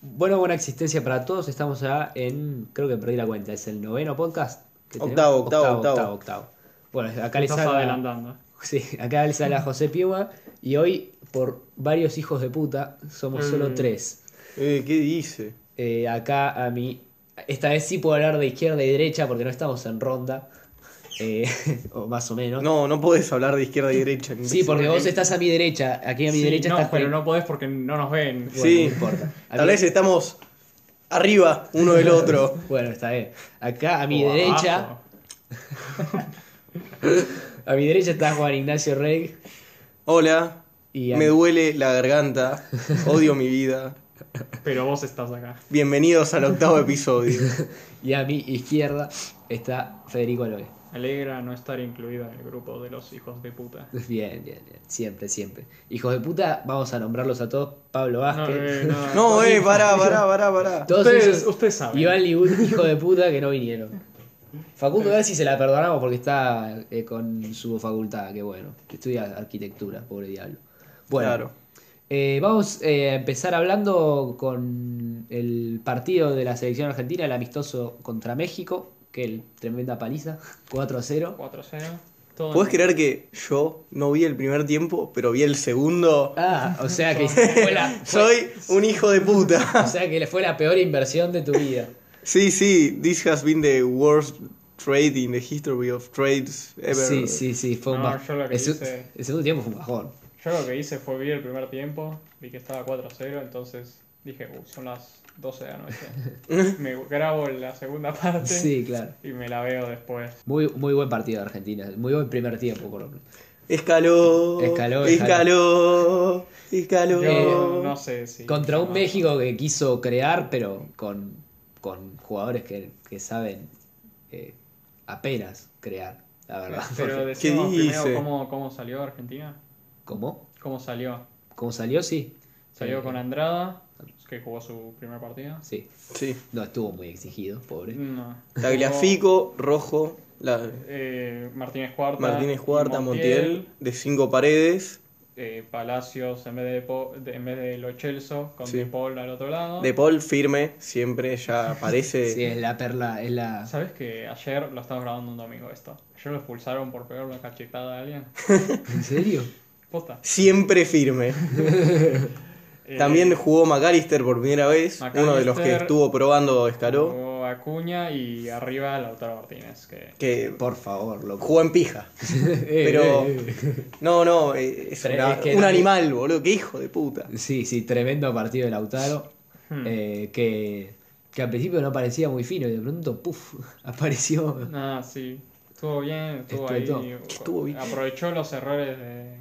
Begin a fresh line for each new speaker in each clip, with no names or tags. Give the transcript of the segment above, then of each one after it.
Bueno, buena existencia para todos. Estamos ya en, creo que perdí la cuenta, es el noveno podcast. que tenemos.
Octavo, octavo,
octavo,
octavo.
octavo. Bueno, acá les
Estás
habla,
adelantando.
sí, acá les habla José Piuma y hoy, por varios hijos de puta, somos solo
Mm.
tres.
Eh, ¿Qué dice?
Eh, acá a mí, esta vez sí puedo hablar de izquierda y derecha porque no estamos en ronda, eh, o más o menos.
No, no podés hablar de izquierda y derecha.
Sí, porque vos estás a mi derecha, aquí a mi
Sí,
derecha
no,
estás
pero
con-
no podés porque no nos ven.
Bueno,
Sí.
no importa. A
Tal
mí-
vez estamos arriba uno del otro.
Bueno, está bien. Acá a mi
O
derecha,
abajo.
a mi derecha está Juan Ignacio Rey.
Hola.
Y a-
Me duele la garganta. Odio mi vida.
Pero vos estás acá.
Bienvenidos al octavo episodio.
Y a mi izquierda está Federico Loe.
Alegra no estar incluida en el grupo de los hijos de puta.
Bien, bien, bien. Siempre, siempre. Hijos de puta, vamos a nombrarlos a todos. Pablo
No,
Vázquez.
eh, no,
No,
todos
eh,
hijos-
pará, pará, pará, pará.
Todos
Ustedes,
ellos-
ustedes saben.
Iván Ligún, hijo de puta, que no vinieron. Facundo, a ver si se la perdonamos porque está eh, con su facultad, que bueno. Estudia arquitectura, pobre diablo. Bueno,
Claro.
eh, vamos eh, a empezar hablando con el partido de la selección argentina, el amistoso contra México, que el tremenda paliza, 4 a 0.
4-0. todo
¿Puedes
en-
creer que yo no vi el primer tiempo, pero vi el segundo?
Ah, o sea que fue la, fue-
Soy un hijo de puta.
o sea que le fue la peor inversión de tu vida.
Sí, sí, this has been the worst trade in the history of trades ever.
Sí, sí, sí, fue un
No,
bajón.
yo lo que
el, seg-
hice-
el segundo tiempo fue un bajón.
Yo lo que hice fue vi el primer tiempo, vi que estaba 4-0, entonces dije, "Uh, son las 12 de la noche. me grabo la segunda parte
Sí, claro.
y me la veo después.
Muy, muy buen partido de Argentina, muy buen primer tiempo por lo menos.
Escaló,
Escaló, Eh,
escaló, escaló, escaló.
Yo no sé si...
Contra un
no.
México que quiso crear, pero con, con jugadores que, que saben eh, apenas crear, la verdad.
Pero
Porque-
decimos
¿Qué
primero
dice?
cómo, cómo salió Argentina.
¿Cómo?
¿Cómo salió?
¿Cómo salió? Sí.
Salió
Sí.
con Andrada, que jugó su primer partido.
Sí.
Sí.
No estuvo muy exigido, pobre.
No.
Tagliafico, Rojo, la-
Jugó, eh, Martínez Cuarta.
Martínez Cuarta, Montiel, de cinco paredes,
eh, Palacios en vez de, Po- de- en vez de Lo Celso, con
Sí.
De Paul al otro lado.
De Paul firme, siempre ya aparece.
eh,
Sí, es la perla, es la.
¿Sabes que ayer lo estamos grabando un domingo esto? Ayer lo expulsaron por pegar una cachetada a alguien.
¿En serio?
Posta.
Siempre firme.
Eh,
También jugó McAllister por primera vez, uno de los que
McAllister.
estuvo probando Escaló,
jugó Acuña y arriba Lautaro Martínez. Que...
que
Por favor, loco.
jugó en pija.
Eh,
Pero- No, no, eh, es
Pero
una-
es que
un
no-
animal, boludo, qué hijo de puta.
Sí, sí, tremendo partido de Lautaro.
eh. Hmm.
eh, que, que al principio no parecía muy fino y de pronto, puff, apareció.
Ah, sí. Estuvo bien, estuvo
Explotó.
ahí.
Estuvo bien.
Aprovechó los errores de,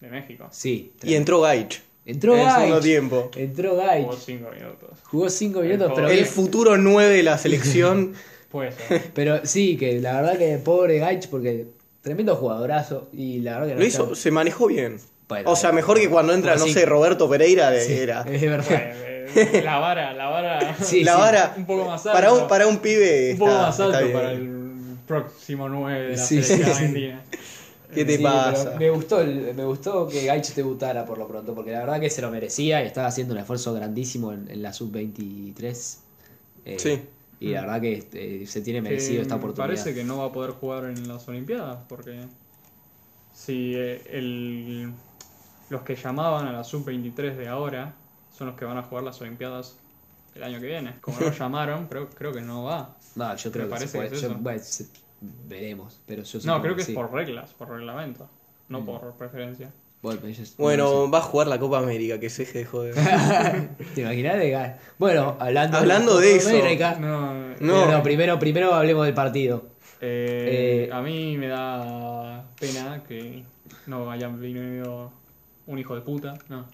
de México.
Sí.
Y entró Gaich.
Entró
en el segundo
Gaich.
tiempo.
Entró
Jugó
Gaich.
5 minutos.
Jugó cinco minutos,
El
pero,
pobre.
El futuro 9 de la selección.
Puede ser.
pero sí, que la verdad que pobre Gaich, porque tremendo jugadorazo. Y la verdad que no
Lo hizo,
está-
se manejó bien.
Bueno,
O sea, mejor que cuando entra,
Pero
no
sí.
sé, Roberto Pereira de era.
Es verdad.
Bueno, eh, la vara, la vara.
Sí,
la
sí.
vara.
Un poco más
Para
alto.
un, para un pibe.
Un poco
está-
más
está
alto
bien.
para el próximo 9 de la
Sí,
selección
sí, sí.
argentina.
¿Qué te
Sí,
pasa?
pero Me gustó, el- me gustó que Gaich debutara por lo pronto, porque la verdad que se lo merecía y estaba haciendo un esfuerzo grandísimo en, en la sub-23. eh,
Sí.
Y la verdad que este, se tiene
Que
merecido esta
Mm. Eh, me
oportunidad.
Parece que no va a poder jugar en las Olimpiadas porque si eh, el, los que llamaban a la sub-23 de ahora son los que van a jugar las Olimpiadas el año que viene. Como no llamaron, pero creo que no va.
No, yo creo
Me
que se
parece que
puede.
es
yo-
eso.
bueno, se- veremos, pero yo
No,
supongo
creo que es
sí. Mm.
por reglas, por reglamento, no por preferencia.
Bueno, pero ellos-
Bueno, va a jugar la Copa América, que se deje de joder.
¿Te imaginas de Gaich? Bueno, hablando,
Hablando de eso.
América,
No, eh,
No.
pero Ah, no, primero, primero hablemos del partido.
eh,
Eh.
a mí me da pena que no hayan venido un hijo de puta, no.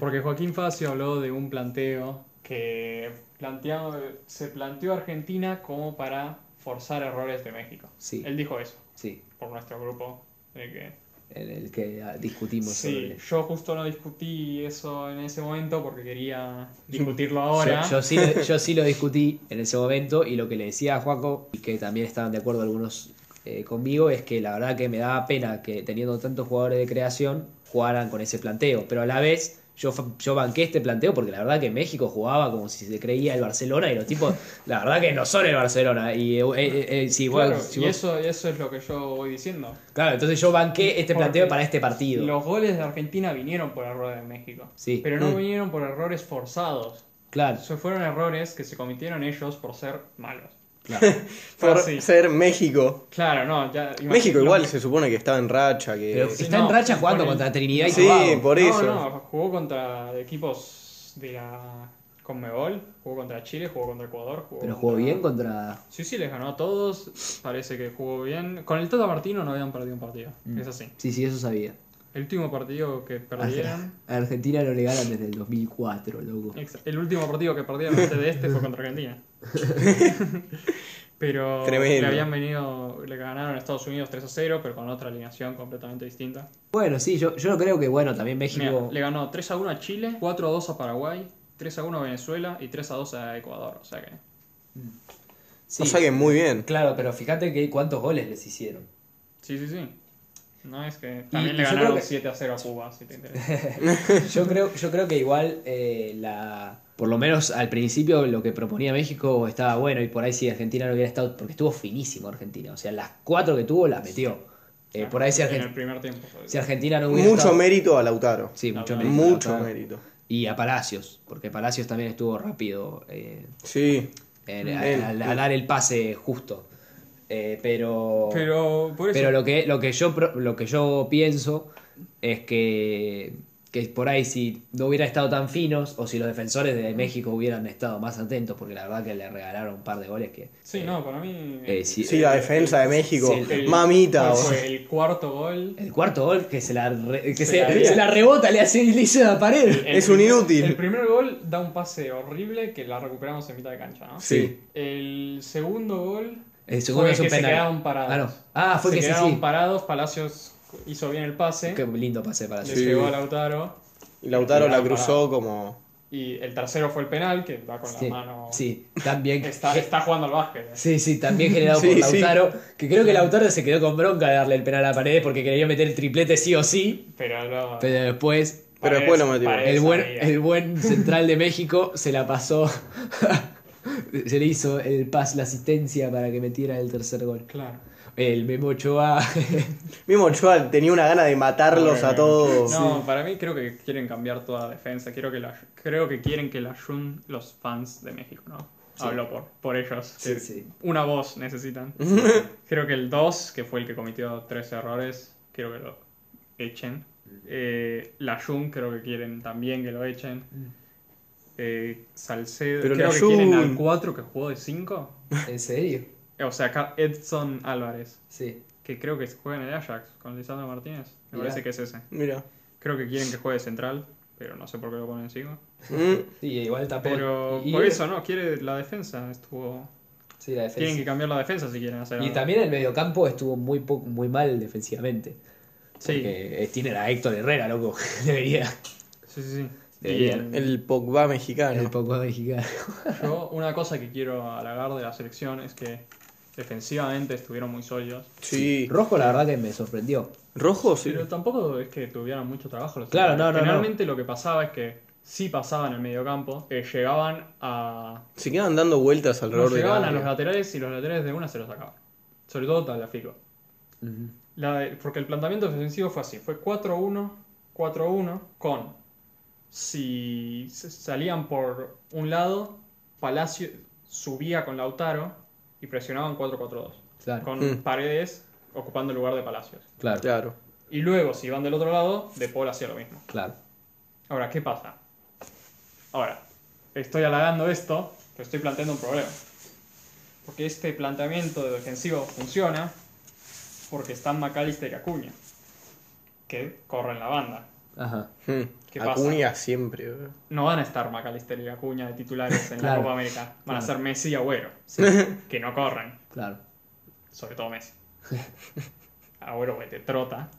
Porque Joaquín Facio habló de un planteo que planteado, se planteó Argentina como para forzar errores de México.
Sí.
Él dijo eso
Sí,
por nuestro grupo. de que-
en el que ah, discutimos
Sí,
sobre.
yo justo no discutí eso en ese momento porque quería discutirlo ahora.
Yo, yo sí, yo sí lo discutí en ese momento y lo que le decía a Juaco, y que también estaban de acuerdo algunos eh, conmigo, es que la verdad que me daba pena que teniendo tantos jugadores de creación jugaran con ese planteo, pero a la vez Yo, fa- yo banqué este planteo porque la verdad que México jugaba como si se creía el Barcelona y los tipos, la verdad que no son el Barcelona. Y eh, eh, eh, sí, bueno,
Claro,
si
y
vos-
eso, eso es lo que yo voy diciendo.
claro, entonces yo banqué este
Porque
planteo para este partido.
Los goles de Argentina vinieron por errores de México.
Sí.
Pero no
Mm.
vinieron por errores forzados.
Claro,
Se fueron errores que se cometieron ellos por ser malos.
claro.
Fue
Por
así.
ser México.
Claro, no, ya. Ah, imagino-
México igual
no,
se supone que estaba en racha,
Pero
que...
Sí,
está
no,
en racha
sí,
jugando
por el-
contra Trinidad y
Sí,
Tobago.
por eso.
No, no, jugó contra equipos de la Conmebol, jugó contra Chile, jugó contra Ecuador. Jugó
Pero jugó
contra-
bien contra.
Sí, sí, les ganó a todos. Parece que jugó bien. Con el Tata Martino no habían perdido un partido.
Mm.
Es así.
Sí, sí, eso sabía.
El último partido
Ah,
que perdieron.
A Argentina no le ganan desde el 2004, loco.
Exa- El último partido que perdieron antes de este fue contra Argentina. pero
Tremendo.
le habían venido, le ganaron a Estados Unidos 3 a 0, pero con otra alineación completamente distinta.
Bueno, sí, yo, yo creo que bueno, también
Mira,
México.
le ganó 3 a 1 a Chile, 4 a 2 a Paraguay, 3 a 1 a Venezuela y 3 a 2 a Ecuador. O sea que
sí.
O sea que muy bien.
Claro, pero fíjate que cuántos goles les hicieron.
sí, sí, sí. No es que
Y-
también
y
le
yo creo
ganaron
que-
7 a 0 a Cuba, si te interesa.
Yo creo, yo creo que igual eh, la. Por lo menos al principio lo que proponía México estaba bueno y por ahí si Argentina no hubiera estado. Porque estuvo finísimo Argentina. O sea, las cuatro que tuvo las metió. Eh, por ahí si,
en el
Argen-
primer tiempo.
si Argentina no hubiera.
Mucho
estado-
mérito a Lautaro.
Sí, mucho
Lautaro.
mérito.
Mucho
Lautaro.
mérito.
Y a Palacios, porque Palacios también estuvo rápido eh,
Sí.
en-
Él,
a, a- a dar el pase justo. Eh, pero.
Pero por eso
Pero lo que, lo que yo pro- lo que yo pienso es que, que por ahí si no hubiera estado tan finos o si los defensores de México hubieran estado más atentos, porque la verdad que le regalaron un par de goles que.
Sí,
eh,
no, para mí
eh, sí,
Sí, la defensa de México. Mamita.
¿cuál
vos.
fue el cuarto gol
El cuarto gol que se la, re- que se,
Se la-
se la rebota, le hace, le hizo la pared.
El
Es un
primer-
inútil.
El primer gol da un pase horrible que la recuperamos en mitad de cancha, ¿no?
Sí.
El segundo gol
El segundo
fue
Eh, es un
que se
penal.
quedaron parados.
Ah, no. Ah, fue
se
que sí,
quedaron
sí.
paracios Palacios hizo bien el pase,
Qué lindo pase para
le
sí.
Sí.
llegó a Lautaro
Y Lautaro la
Claro,
cruzó como...
y el tercero fue el penal que va con
Sí,
la mano. Este.
sí, también.
Está, está jugando al básquet. ¿eh?
Sí, sí, también generado
Sí,
por
sí.
Lautaro. Que creo que Lautaro se quedó con bronca de darle el penal a Paredes porque quería meter el triplete sí o sí.
Pero, lo-
Pero después,
Pero después lo metió.
Paredes
el buen,
sabía.
el buen central de México se la pasó. se le hizo el pas, la asistencia para que metiera el tercer gol.
Claro.
El Memo Ochoa.
Mismo Ochoa tenía una gana de matarlos a todos.
No, para mí creo que quieren cambiar toda la defensa. Creo que, la- creo que quieren que la ayuden los fans de México, ¿no? Hablo por, por ellos.
Sí,
que
sí.
Una voz necesitan. creo que el 2, que fue el que cometió tres errores, quiero que lo echen. Eh, la Jun creo que quieren también que lo echen.
Mm.
Eh, Salcedo,
Pero
creo
la
que quieren
Jun-
al 4 que jugó de 5.
¿En serio?
O sea, acá Edson Álvarez,
Sí.
que creo que juega en el Ajax con Lisandro Martínez. Me
Mirá.
parece que es ese.
Mira.
Creo que quieren que juegue central, pero no sé por qué lo ponen encima.
Mm,
Sí, igual tampoco.
Pero
y-
por eso, ¿no? Quiere la defensa. Estuvo...
Sí, la defensa.
Tienen que cambiar la defensa si quieren hacer
Y
algo.
también el mediocampo estuvo muy, po- muy mal defensivamente.
Sí,
Porque eh, tiene a Héctor Herrera, loco. Debería.
sí, sí. sí. Y
Deberían.
el-
El Pogba mexicano.
El poco mexicano.
yo, una cosa que quiero halagar de la selección es que defensivamente estuvieron muy sólidos.
Sí.
Rojo, la verdad que me sorprendió.
Rojo, sí.
Pero tampoco es que tuvieran mucho trabajo los
Claro,
centrales.
no, no, no.
Generalmente lo que pasaba es que sí pasaban el mediocampo, eh, llegaban a.
Se quedan dando vueltas
no,
alrededor de
llegaban a los laterales y los laterales de una se los sacaban. Sobre todo Talafico.
Ujú.
La de- porque el planteamiento defensivo fue así, fue 4-1, 4-1, con si s- salían por un lado, Palacio subía con Lautaro y presionaban 4-4-2,
Claro,
con
Mm.
paredes ocupando el lugar de Palacios.
claro,
Claro.
Y luego, si iban del otro lado, De Paul hacía lo mismo.
claro.
Ahora, ¿qué pasa? Ahora, estoy halagando esto, pero estoy planteando un problema. Porque este planteamiento de defensivo funciona porque están McAllister y Acuña, que corren la banda.
Ajá.
Mm.
¿Qué pasa?
Acuña siempre. bro.
No van a estar McAllister y Acuña de titulares en
Claro.
la Copa América. Van a ser Messi y Agüero,
Sí,
que no corren,
claro.
sobre todo Messi. Agüero güey, te trota,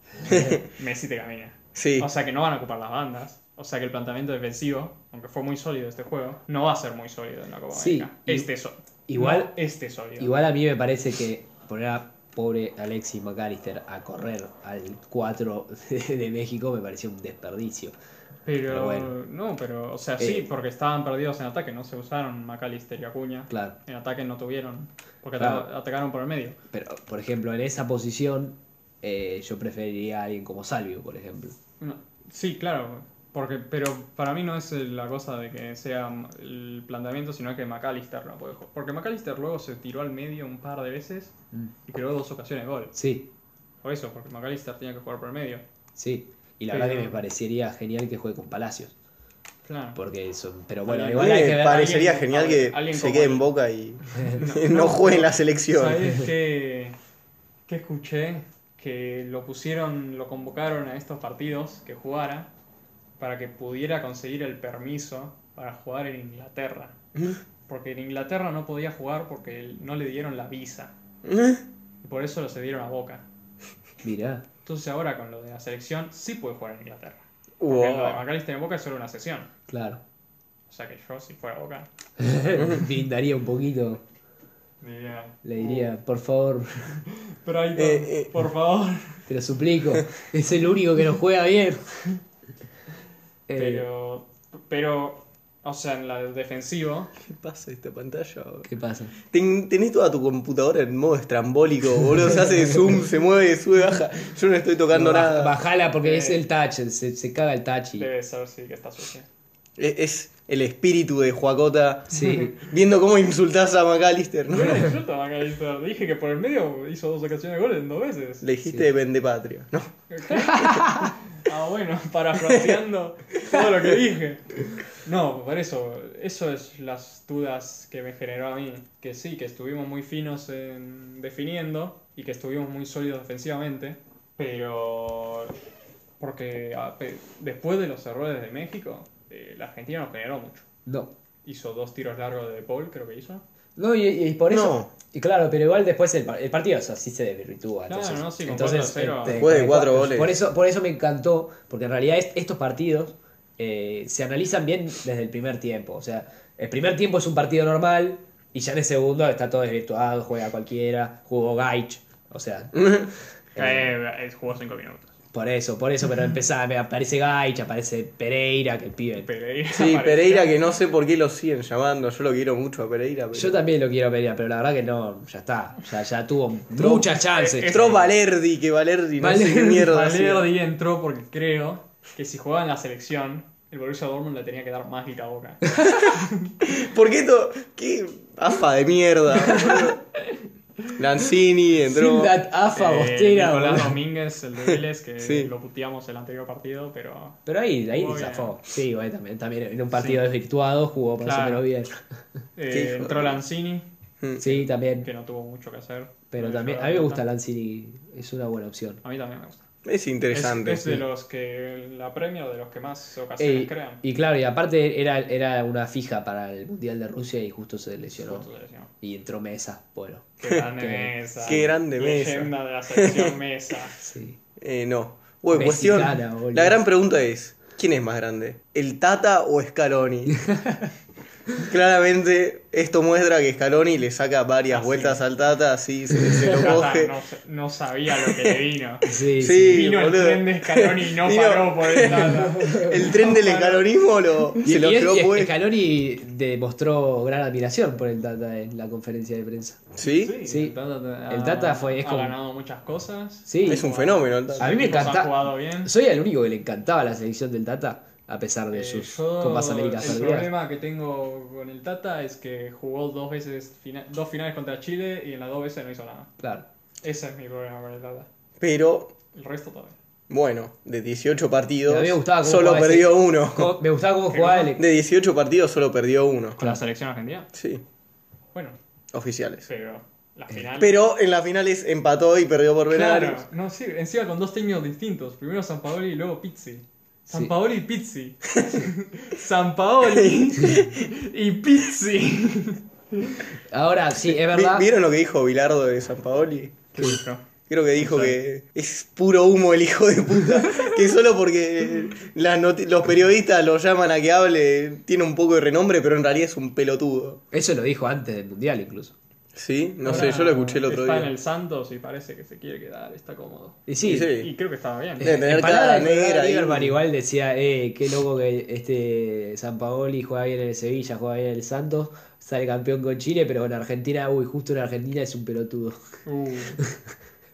Messi te camina.
Sí.
O sea que no van a ocupar las bandas. O sea que el planteamiento defensivo, aunque fue muy sólido este juego, no va a ser muy sólido en la Copa
Sí,
América.
y-
Este sólido.
igual-
este sólido.
Igual a mí me parece que poner a pobre Alexis McAllister a correr al 4 de, de México me pareció un desperdicio.
Pero,
Pero bueno.
no, pero, o sea, sí,
Eh.
porque estaban perdidos en ataque, no se usaron McAllister y Acuña.
Claro.
En ataque no tuvieron, porque
Claro.
ata- atacaron por el medio.
Pero, por ejemplo, en esa posición eh, yo preferiría a alguien como Salvio, por ejemplo.
No, sí, claro, porque, pero para mí no es la cosa de que sea el planteamiento, sino que McAllister no puede jugar. Porque McAllister luego se tiró al medio un par de veces
Mm.
y creó dos ocasiones de gol.
Sí,
Por eso, porque McAllister tenía que jugar por el medio.
sí. Y la
Pero-
verdad que me parecería genial que juegue con Palacios.
Claro.
Porque eso, pero bueno,
Alguien-
igual hay que ver.
parece-
parecería
alguien-
genial que
alguien
se
como
quede
él.
en Boca y no juegue en la
Pues
selección.
¿Sabes qué, qué escuché? Que lo pusieron, lo convocaron a estos partidos que jugara para que pudiera conseguir el permiso para jugar en Inglaterra. Porque en Inglaterra no podía jugar porque no le dieron la visa. Y por eso lo cedieron a Boca.
Mirá,
Entonces ahora con lo de la selección sí puede jugar en Inglaterra. Porque lo de
Wow.
McAllister en Boca es solo una sesión.
claro.
O sea que yo si fuera Boca
Brindaría un poquito.
diría... "Uh,
Le
Oh.
diría, por favor,
Brighton,
Eh, eh.
por favor.
te lo suplico. Es el único que nos juega bien. Eh,
Pero, pero, o sea, en la del defensivo,
¿Qué pasa esta pantalla?
¿Qué pasa?
Ten- tenés toda tu computadora en modo estrambólico, boludo. Se hace zoom, se mueve, sube, baja. Yo no estoy tocando
No, baj-
nada.
Bajala porque
Eh.
es el touch, se, se caga el touch. y-
debe ser sí que está sucia.
E- Es el espíritu de Juacota.
Sí.
Viendo cómo insultás a McAllister, ¿no?
Yo no insulto a McAllister. Dije que por el medio hizo dos ocasiones de goles, dos veces.
Le dijiste de Vendepatria, ¿no?
Ah, bueno, parafraseando todo lo que dije. No, por eso, eso es las dudas que me generó a mí. Que sí, que estuvimos muy finos en definiendo y que estuvimos muy sólidos defensivamente, pero porque a pe- después de los errores de México, eh, la Argentina nos generó mucho.
No.
Hizo dos tiros largos de Paul, creo que hizo.
No, y, y por eso.
No.
Y claro, pero igual después el, par- el partido o sea, sí se desvirtúa.
Claro,
entonces,
no, sí, con
entonces,
4-0.
este,
Después de
con
cuatro
cuatro.
goles.
Por eso, por eso me encantó, porque en realidad est- estos partidos eh, se analizan bien desde el primer tiempo. O sea, el primer tiempo es un partido normal y ya en el segundo está todo desvirtuado, juega cualquiera, jugó Gaich. O sea,
Eh, eh, jugó cinco minutos.
por eso, por eso, pero empezaba, me aparece Gaich, aparece Pereira, que el pibe.
Pereira.
Sí,
apareció.
Pereira, que no sé por qué lo siguen llamando. Yo lo quiero mucho a Pereira. Pero...
Yo también lo quiero a Pereira, pero la verdad que no, ya está. Ya, ya tuvo muchas chances.
es-
Entró Valerdi, que Valerdi, no sé qué
Valerdi,
mierda. hacía.
Valerdi entró porque creo que si jugaba en la selección, el Borussia Dortmund le tenía que dar más guita a Boca.
¿Por qué to... ¿Qué afa de mierda? boludo. Lanzini entró.
Sin that afa
Eh,
bostera,
Nicolás
boludo.
Domínguez, el de Vélez, que
Sí.
lo puteamos el anterior partido, pero...
Pero ahí, ahí
Muy
zafó. Sí, bueno, también, también en un partido desvirtuado jugó más
Claro.
o menos bien.
eh,
Qué hijo
entró
de-
Lanzini,
Sí, también.
que no tuvo mucho que hacer.
Pero
Lo
también,
dejó
a mí me
de
gusta
vuelta.
Lanzini, es una buena opción.
A mí también me gusta.
Es
Es,
interesante.
es de
sí.
los que la premia o de los que más ocasiones
Ey,
crean.
y claro, y aparte era, era una fija para el Mundial de Rusia y justo se lesionó.
Justo se lesionó.
Y entró Mesa, bueno.
Qué grande mesa.
Qué grande Mesa.
Leyenda de la selección mesa.
Sí.
Eh, no. Bueno, cuestión.
Mexicana, boludo.
La gran pregunta es: ¿quién es más grande? ¿El Tata o Scaloni? Claramente, esto muestra que Scaloni le saca varias
Ah,
Así.
vueltas al Tata, así se, se lo
Ya está,
coge.
no, no sabía lo que le vino.
Sí,
Sí,
Vino
boludo.
el tren de Scaloni y no
Vino-
paró por el lado.
El tren del escalonismo lo,
Y,
se lo
y es-
llevó
y es-
pues.
Scaloni demostró gran admiración por el Tata en la conferencia de prensa.
¿Sí?
Sí.
el Tata,
El Tata fue- es
ha
como-
ganado muchas cosas.
Sí.
Es un fenómeno el Tata.
A mí me
Los ha
encanta-
jugado bien.
Soy el único que le encantaba la selección del Tata, a pesar de
Eh,
sus
yo-
Copas Américas
el
perdidas.
problema que tengo con el Tata es que jugó dos veces fina- dos finales contra Chile y en las dos veces no hizo nada.
Claro.
Ese es mi problema con el Tata.
Pero,
El resto todo bien.
bueno, de 18
Me
partidos,
había gustado cómo
solo
jugaba ese-
perdió uno.
Co- Me gustaba cómo jugaba el.
De 18 partidos, solo perdió uno.
Con la selección argentina.
Sí,
Bueno,
oficiales.
pero la
Eh,
final.
Pero en las finales empató y perdió por penales.
Claro, no, sí, encima con dos técnicos distintos. Primero San Paoli y luego Pizzi. San
Sí.
Paoli y Pizzi. San Paoli y Pizzi.
Ahora, sí, es
Vi-
verdad.
¿Vieron lo que dijo Bilardo de San Paoli?
¿Qué dijo?
Creo que dijo
Sí.
que es puro humo el hijo de puta. que solo porque las noti- los periodistas lo llaman a que hable, tiene un poco de renombre, pero en realidad es un pelotudo.
Eso lo dijo antes del mundial, incluso.
Sí, no
Ahora
sé, yo lo escuché el otro
Está
día.
en el Santos y parece que se quiere quedar, está cómodo.
Y sí,
Y sí.
Y creo que estaba bien.
Debe tener
Empanada
cara
de Ferrari,
negra ahí.
Lieberman igual decía, eh, qué loco que este San Paoli juega bien en el Sevilla, juega bien en el Santos, sale campeón con Chile, pero en Argentina, uy, justo en Argentina es un pelotudo.
Uh,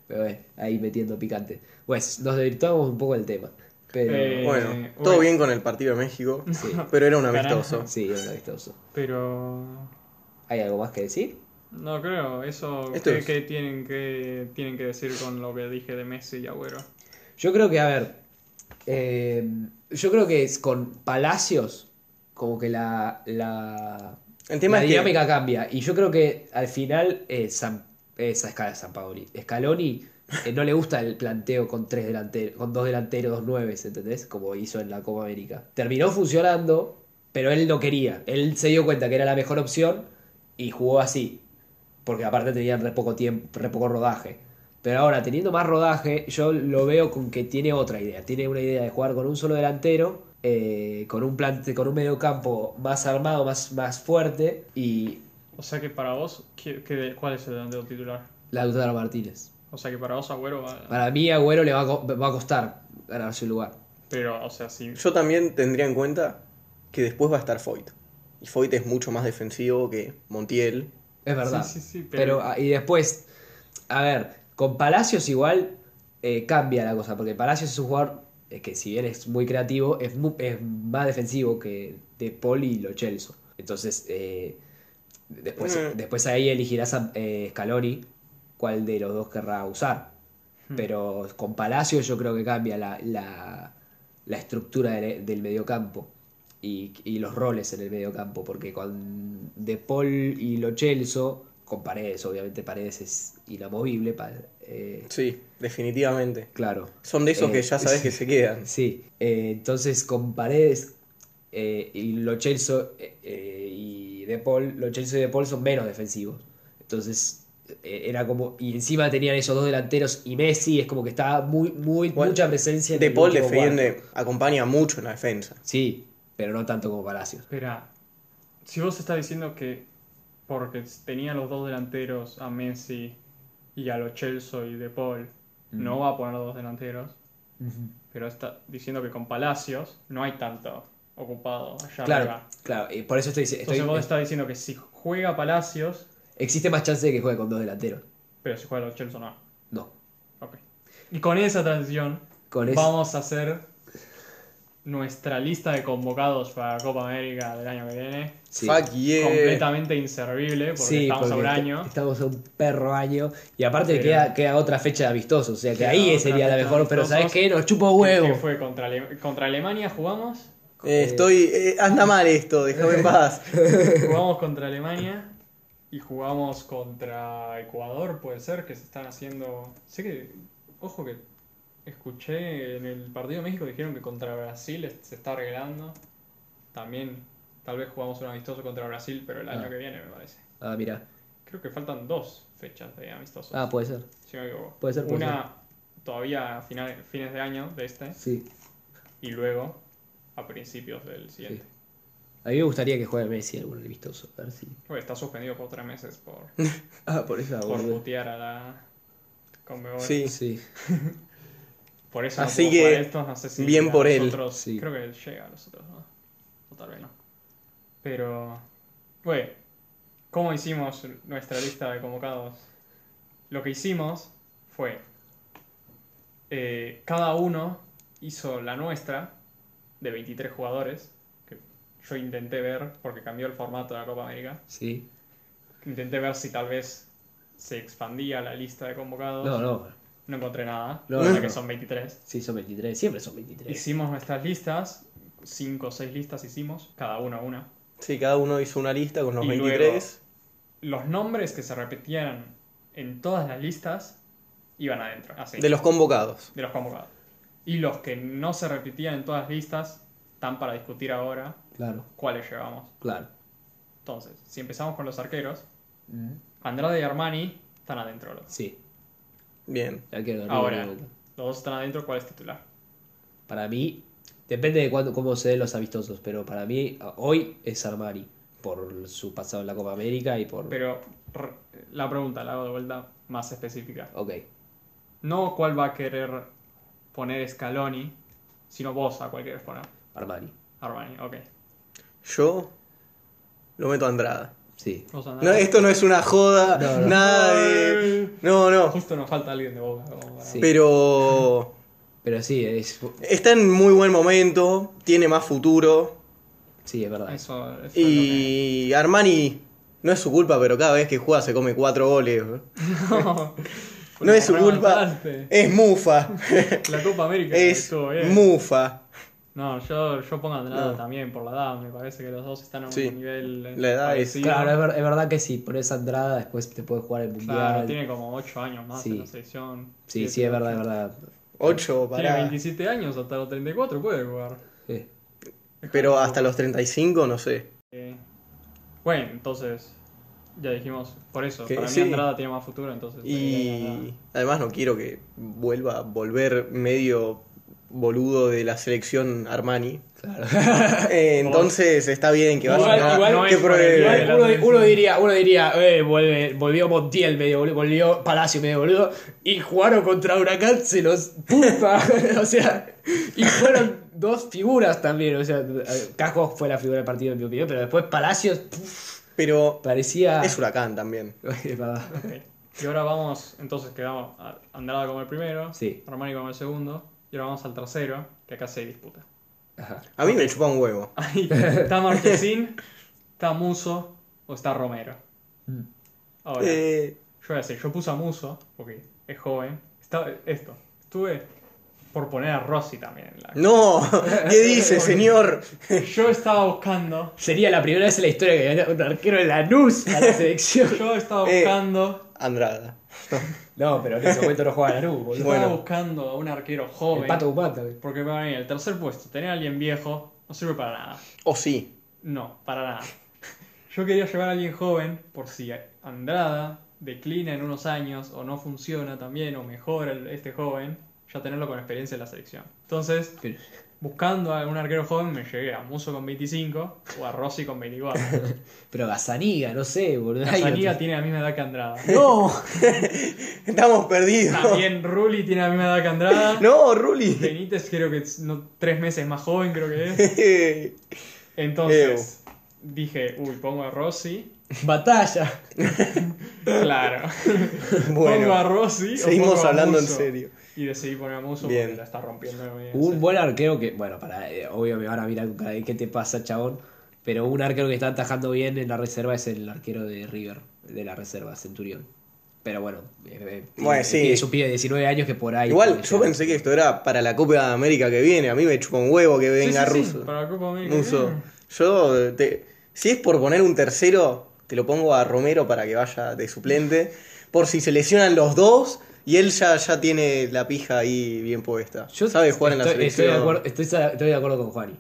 Pero bueno, ahí metiendo picante. Pues nos desvirtuamos un poco del tema. Pero
Eh,
Bueno,
Eh,
todo
bueno.
bien con el partido de México,
Sí.
pero era un
Carajo.
amistoso.
sí, era un amistoso.
pero
¿Hay algo más que decir?
no creo, eso
Esto
¿qué-
es-
qué tienen que tienen que decir con lo que dije de Messi y Agüero.
Yo creo que, a ver, eh, yo creo que es con Palacios, como que la, la,
El tema
la
es que-
dinámica cambia. Y yo creo que al final eh, San, esa escala San Paoli. Scaloni eh, no le gusta el planteo con tres delanteros, con dos delanteros, dos nueves, ¿entendés? Como hizo en la Copa América. Terminó funcionando, pero él no quería. Él se dio cuenta que era la mejor opción y jugó así. Porque aparte tenían re poco tiempo, re poco rodaje. Pero ahora, teniendo más rodaje, yo lo veo con que tiene otra idea. Tiene una idea de jugar con un solo delantero, eh, con un plante, con un medio campo más armado, más, más fuerte, y
O sea que para vos, ¿qué- qué- ¿cuál es el delantero titular?
Lautaro Martínez.
O sea que para vos Agüero
Ah.
va...
Para mí, Agüero le va a, co- va a costar ganar su lugar.
Pero, o sea, sí.
Yo también tendría en cuenta que después va a estar Foyt. Y Foyt es mucho más defensivo que Montiel.
Es verdad.
Sí, sí, sí,
pero...
pero-
ah, y después, a ver, con Palacios igual eh, cambia la cosa, porque Palacios es un jugador eh, que si bien es muy creativo, es, mu- es más defensivo que De Paul y Lo Celso. Entonces, eh, después,
Mm.
después ahí elegirás a eh, Scaloni cuál de los dos querrá usar. Pero con Palacios yo creo que cambia la, la- la estructura del, del mediocampo y, y los roles en el mediocampo, porque con De Paul y Lo Celso, con Paredes, obviamente Paredes es inamovible, pa- eh,
Sí, definitivamente.
claro.
Son de esos
Eh,
que ya sabes que se quedan.
Sí, eh, entonces con Paredes eh, y Lo Celso eh, eh, y De Paul, Lo Celso y De Paul son menos defensivos. Entonces eh, era como y encima tenían esos dos delanteros y Messi es como que estaba muy muy
Bueno,
mucha presencia en
De
el
Paul
último
defiende,
cuarto.
acompaña mucho en la defensa.
Sí, pero no tanto como Palacios.
Espera, si vos estás diciendo que porque tenía los dos delanteros, a Messi y a Lo Celso y De Paul, no va a poner dos delanteros, pero está diciendo que con Palacios no hay tanto ocupado allá
Claro,
arriba.
claro, y por eso estoy, estoy-
Entonces vos estás diciendo que si juega Palacios,
existe más chance de que juegue con dos delanteros.
pero si juega Lo Celso no.
No.
Ok. Y con esa transición
Con eso
vamos a hacer nuestra lista de convocados para Copa América del año que viene.
sí.
Fuck yeah.
completamente inservible porque
Eh, Sí,
estamos a un
porque
año.
est- Estamos a un perro año. Y aparte
Pero-
queda, queda otra fecha de amistoso. O sea que
Queda
ahí
otra
sería la
fecha de
mejor. Pero
amistosos.
¿sabes qué? Nos chupo
Que
huevo.
fue contra, Ale- contra Alemania jugamos.
Eh, estoy. eh, anda mal esto, déjame en paz.
Jugamos contra Alemania y jugamos contra Ecuador, puede ser, que se están haciendo. Sé que. Ojo que escuché en el partido de México dijeron que contra Brasil es- se está arreglando. También, tal vez jugamos un amistoso contra Brasil, pero el año
Ah.
que viene me parece.
Ah, mira.
Creo que faltan dos fechas de amistosos.
Ah, puede ser.
si no me equivoco.
puede ser, puede
Una todavía a final- fines de año de este.
Sí.
y luego a principios del siguiente.
Sí. A mí me gustaría que juegue Messi algún amistoso. A ver si.
Porque está suspendido por tres meses por,
Ah, por eso
por putear a la Conmebol.
Sí.
Sí.
Por eso no
Así
pudo
que,
jugar estos, no sé si
bien
a
por él.
nosotros-
Sí.
Creo que llega a nosotros, ¿no? O tal vez no. Pero, bueno, ¿cómo hicimos nuestra lista de convocados? Lo que hicimos fue, eh, cada uno hizo la nuestra de 23 jugadores, que yo intenté ver, porque cambió el formato de la Copa América,
Sí.
intenté ver si tal vez se expandía la lista de convocados.
No, no.
No encontré nada,
No,
o sea
no,
que
no.
son 23.
Sí, son 23. Siempre son 23.
Hicimos nuestras listas, cinco o seis listas hicimos, cada uno una.
Sí, cada uno hizo una lista con los
Y luego-
23.
Los nombres que se repetían en todas las listas iban adentro, así,
De los convocados.
de los convocados. Y los que no se repetían en todas las listas están para discutir ahora
Claro,
cuáles llevamos.
claro.
Entonces, si empezamos con los arqueros, Mm. Andrade y Armani están adentro los dos.
Sí.
Bien.
Ya quiero darle
Ahora,
una
los
vuelta.
dos están adentro, ¿cuál es titular?
Para mí, depende de cuándo, cómo se den los amistosos, pero para mí a- hoy es Armani por su pasado en la Copa América y por...
Pero r- la pregunta la hago de vuelta más específica.
Ok.
No cuál va a querer poner Scaloni, sino vos a cuál querés poner.
Armani.
Armani, ok.
Yo lo meto a Andrada.
Sí.
Vos andá.
No, esto no es una joda,
No, no.
nada de. No, no.
Justo nos falta alguien de boca. como para-
Sí.
Pero.
Pero sí, es,
Está en muy buen momento, tiene más futuro.
sí, es verdad.
Eso, eso es
Y Armani, no es su culpa, pero cada vez que juega se come cuatro goles. bro.
lo que-
No es su
Me
culpa,
mataste.
es mufa.
La Copa América
Es
estuvo bien.
mufa.
No, yo, yo pongo a Andrada
No.
también por la edad. Me parece que los dos están a un
Sí.
nivel. eh,
La edad es-
parecido.
Claro, es, ver- es verdad que si pones a Andrada después te puedes jugar el mundial.
Claro, tiene como 8 años más
Sí.
en la selección.
Sí, sí, es verdad, es verdad.
Ocho
Tiene
para.
27 años, hasta los 34 puede jugar.
Sí.
Pero hasta los 35, no sé.
Eh, bueno, entonces. Ya dijimos, por eso.
Que
para
sí.
mí Andrada tiene más futuro, entonces. eh,
Y
Andrada.
además no quiero que vuelva a volver medio boludo de la selección Armani. Eh, entonces está bien que vaya
Igual-
a
igual-
que
no es por el
pruebe.
bien de la-
Uno, uno diría, uno diría eh, vuelve- volvió Montiel medio boludo, volvió Palacio medio boludo, y jugaron contra Huracán, se los puta. o sea, y fueron dos figuras también. O sea, Cajo fue la figura del partido en mi opinión, pero después Palacios puf,
Pero
parecía.
es huracán también.
Es verdad.
Ok. Y ahora vamos, entonces quedamos a Andrada como el primero,
Sí.
Armani como el segundo, y ahora vamos al tercero, que acá se disputa.
Ajá.
A mí me chupa un huevo.
Ahí está Marchesín, está Muso o está Romero. Ahora,
Mm. Eh,
yo voy a decir, yo puse a Muso, porque es joven. Está, esto, estuve por poner a Rossi también. en la-
no, ¿qué dice, señor?
Yo estaba buscando,
Sería la primera vez en la historia que gana un arquero en Lanús a la selección.
yo estaba
Eh.
buscando,
Andrada.
No, pero en ese momento no jugaba Lanús, boludo.
estaba
Bueno.
buscando a un arquero
El
joven.
pato Guzmán también.
Porque para mí el tercer puesto, tener a alguien viejo, no sirve para nada.
O sí.
No, para nada. Yo quería llevar a alguien joven por si Andrada declina en unos años o no funciona también o mejora el- este joven, ya tenerlo con experiencia en la selección. Entonces,
Pero-
buscando a un arquero joven, me llegué a Muso con 25 o a Rossi con 24.
Pero Gazaniga, no sé, boludo. Hay
Zaniga
otro-
tiene la misma edad que Andrada.
No.
Estamos perdidos.
También Rulli tiene la misma edad que Andrada.
No, Ruli.
Benítez creo que es, no, tres meses más joven creo que es. Entonces, dije, uy, pongo a Rossi.
Batalla.
Claro. pongo a
bueno,
Rossi. o
seguimos
pongo a
hablando en
Musso.
serio.
Y decidí poner a Musso
Bien. Uh,
porque la está rompiendo. en el
Un
MLS.
buen arquero que, bueno, para, eh, obvio me van a mirar con cara de qué te pasa, chabón. Pero un arquero que está atajando bien en la reserva es el arquero de River, de la reserva, Centurión. Pero bueno, eh, eh,
Bueno,
es-
sí.
es un pibe de 19 años que por ahí.
Igual
puede
yo
llegar.
pensé que esto era para la Copa de América que viene. A mí me chupa un huevo que
Sí,
venga
sí, sí,
ruso.
para la Copa América.
Muso.
Mm.
Yo, te- si es por poner un tercero, te lo pongo a Romero para que vaya de suplente. Por si se lesionan los dos y él ya, ya tiene la pija ahí bien puesta.
Yo
Sabe jugar en la
estoy, estoy
selección.
de acuerdo, estoy, estoy de acuerdo con Juani.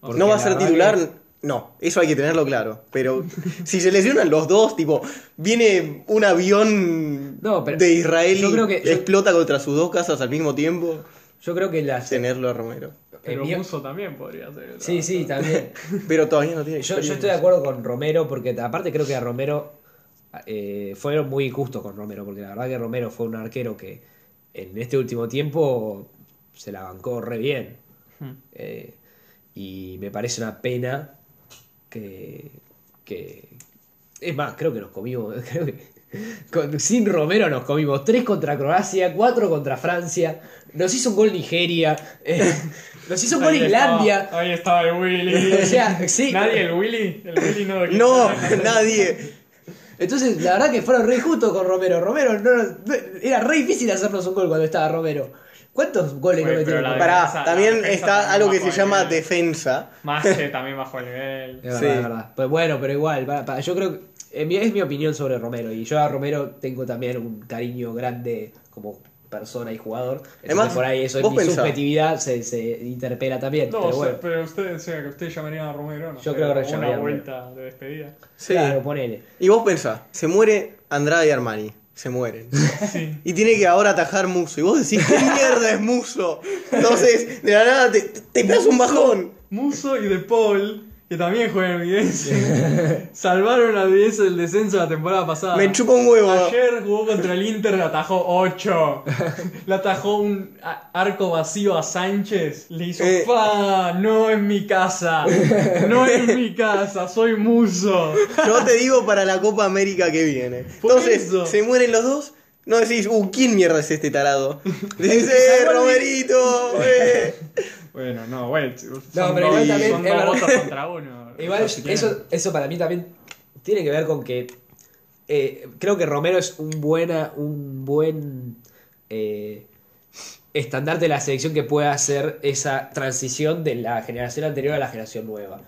Porque
no va a
la
ser
verdad
titular,
que-
no. Eso hay que tenerlo claro. Pero si se lesionan los dos, tipo, viene un avión
No, pero
de Israel
yo
y
creo que- yo-
explota contra sus dos casas al mismo tiempo,
Yo creo que la.
tenerlo a Romero.
Pero
en mi-
Muso también podría ser. el
Sí, sí, también.
Pero todavía no tiene.
Yo, yo estoy de
experiencia.
acuerdo con Romero, porque aparte creo que a Romero eh, fueron muy injustos con Romero, porque la verdad que Romero fue un arquero que en este último tiempo se la bancó re bien.
Hmm.
Eh, y me parece una pena que, que- Es más, creo que nos comimos. Creo que con- sin Romero nos comimos 3 contra Croacia, 4 contra Francia, nos hizo un gol Nigeria, eh, nos hizo un gol
Ahí estaba-
Islandia.
ahí estaba el Willy.
O sea, sí.
Nadie, el Willy. El Willy no.
No, nadie.
Entonces, la verdad que fueron re justos con Romero. Romero no, nos- no- era re difícil hacernos un gol cuando estaba Romero. ¿Cuántos goles
Güey,
no
pero
metieron?
la
Pará.
Pará,
defensa- la
también
defensa
está
también
algo que se
bajo el
llama
nivel.
defensa.
Mache también bajo el nivel.
Es verdad,
Sí.
es verdad. Pues bueno, pero igual, pará, pará, yo creo que es mi, es mi opinión sobre Romero. Y yo a Romero tengo también un cariño grande como persona y jugador. Entonces,
Además,
por ahí eso es
vos
mi
pensá.
subjetividad se, se interpela también.
No,
pero
o sea,
bueno,
pero usted, o sea, que usted llamaría a Romero. No
Yo
sé,
creo que
como
llamaría
Una
a Romero.
vuelta de despedida.
Sí.
claro, ponele.
Y vos pensás, se muere Andrade y Armani. Se mueren.
Sí.
Y tiene que ahora atajar Muso. Y vos decís, ¿qué mierda es Muso? Entonces, de la nada te, te pegas un bajón.
Muso y De Paul. que también juega en Evidencia. Salvaron a Evidencia del descenso la temporada pasada.
Me chupa un huevo.
Ayer jugó contra el Inter, le atajó 8. Le atajó un a- arco vacío a Sánchez. Le hizo
Eh.
pa, no es mi casa. No es mi casa, soy muso.
Yo te digo para la Copa América que viene.
Por
Entonces,
eso.
se mueren los dos. No decís, uh, ¿quién mierda es este tarado? Decís, eh, Romerito, eh.
Bueno, no, bueno. No,
No, pero igual también
son
es
dos
verdad.
votos contra uno.
Igual
Así que-
eso, eso para mí también tiene que ver con que eh, creo que Romero es un buena, un buen eh, estandarte de la selección que pueda hacer esa transición de la generación anterior a la generación nueva.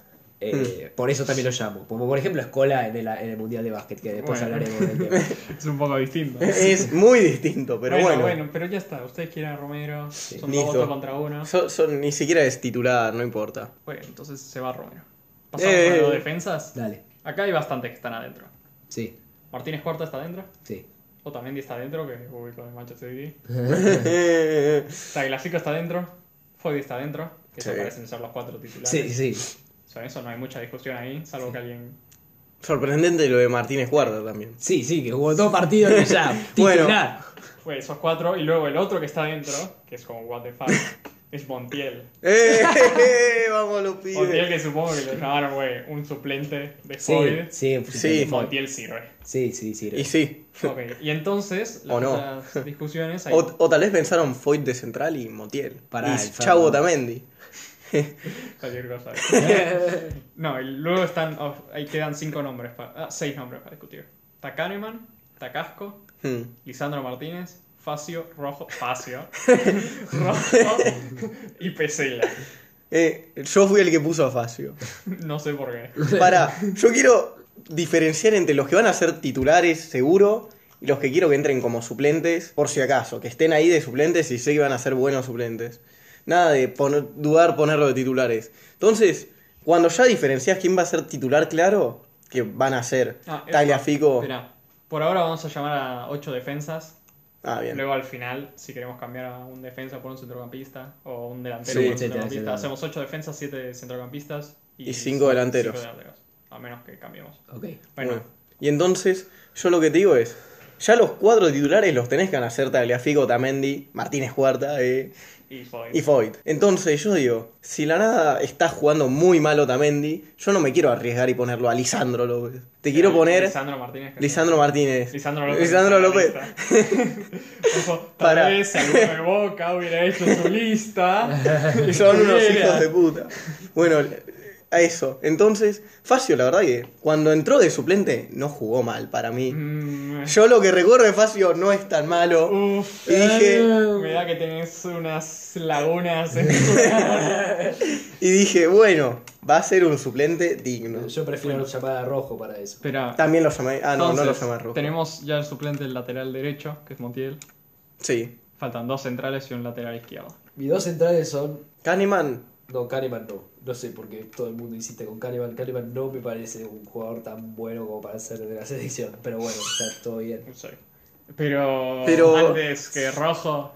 Eh, Por eso también lo llamo. Como por ejemplo Escola en el, en el Mundial de Básquet, que después
Bueno.
hablaremos del tema.
es un poco distinto.
Es muy distinto, pero bueno.
pero ya está. Ustedes quieren a Romero. Son dos
Listo.
votos contra uno.
So- so- ni siquiera es titular, no importa.
Bueno, entonces se va Romero. Pasamos
Eh.
a los defensas.
Dale.
Acá hay bastantes que están adentro.
Sí, Martínez
Martínez Corta está adentro.
sí.
Otamendi está adentro, que uy, con el Manchester City.
Eh,
Tagliafico está adentro. Foy está adentro. Que eso
Sí.
parecen ser los cuatro titulares.
Sí, sí.
O sea, eso no hay mucha discusión ahí, salvo que alguien.
sorprendente lo de Martínez Guarda también.
Sí, sí, que jugó dos partidos y ya.
Bueno.
Titular.
Fue esos cuatro. Y luego el otro que está adentro, que es como what the fuck, es Montiel.
Eh, vamos los
Montiel
pibes.
que supongo que lo llamaron, güey, un suplente de
Sí,
Foy.
sí,
Sí.
Y Montiel sirve.
Sí, sí, sí.
Y sí.
Ok, y entonces, las
O no.
otras discusiones. Hay...
O, o tal vez pensaron Foyt de central y Montiel.
Pará,
y
el
Chavo
Fernando.
Otamendi.
Cualquier cosa. No, y luego están. oh, ahí quedan cinco nombres. Para, ah, seis nombres para discutir: Está Kahneman, está Casco,
Hmm.
Lisandro Martínez, Facio, Rojo. Facio. Rojo y Pesela.
Eh, yo fui el que puso a Facio.
No sé por qué.
Para, yo quiero diferenciar entre los que van a ser titulares, seguro, y los que quiero que entren como suplentes, por si acaso, que estén ahí de suplentes y sé que van a ser buenos suplentes. Nada de poner- dudar ponerlo de titulares. Entonces, cuando ya diferencias quién va a ser titular, claro, que van a ser
Ah, eso,
Tagliafico.
Mirá, por ahora vamos a llamar a ocho defensas.
Ah, bien.
Luego al final, si queremos cambiar a un defensa por un centrocampista o un delantero
Sí,
por un
etcétera,
centrocampista,
etcétera.
hacemos 8 defensas, 7 centrocampistas
Y cinco delanteros.
cinco delanteros, a menos que cambiemos.
Ok.
Bueno,
Bueno, Y entonces, yo lo que te digo es, ya los cuatro titulares los tenés que van a ser Tagliafico, Tamendi, Martínez Cuarta, eh,
y Foy.
y Foyt. Entonces yo digo, si la nada está jugando muy mal Otamendi, yo no me quiero arriesgar y ponerlo a Lisandro López. Te quiero poner
Lisandro Martínez. que-
Lisandro Martínez.
Lisandro López.
Lisandro
en la
López.
lista. Ojo, tal
Para.
vez alguno de Boca hubiera hecho su lista. y
Son unos
tuviera-
hijos de puta. Bueno, a eso. Entonces, Facio, la verdad que cuando entró de suplente no jugó mal para mí.
Mm,
Yo lo que recuerdo de Facio no es tan malo.
Uf,
Y dije,
me da que tenés unas lagunas eh. en tu-
y dije, bueno, va a ser un suplente digno.
Yo prefiero llamar a Rojo para eso.
Espera,
También lo llamé. Ah, no, no lo
Entonces,
llamé Rojo.
Tenemos ya el suplente del lateral derecho, que es Montiel.
Sí.
Faltan dos centrales y un lateral izquierdo.
Mis dos centrales son.
Kahneman.
No, Kahneman no. No sé por qué todo el mundo insiste con Kahneman. Kahneman no me parece un jugador tan bueno como para ser de la selección. Pero bueno, está todo bien.
No sé. Pero,
Pero-
antes que Rojo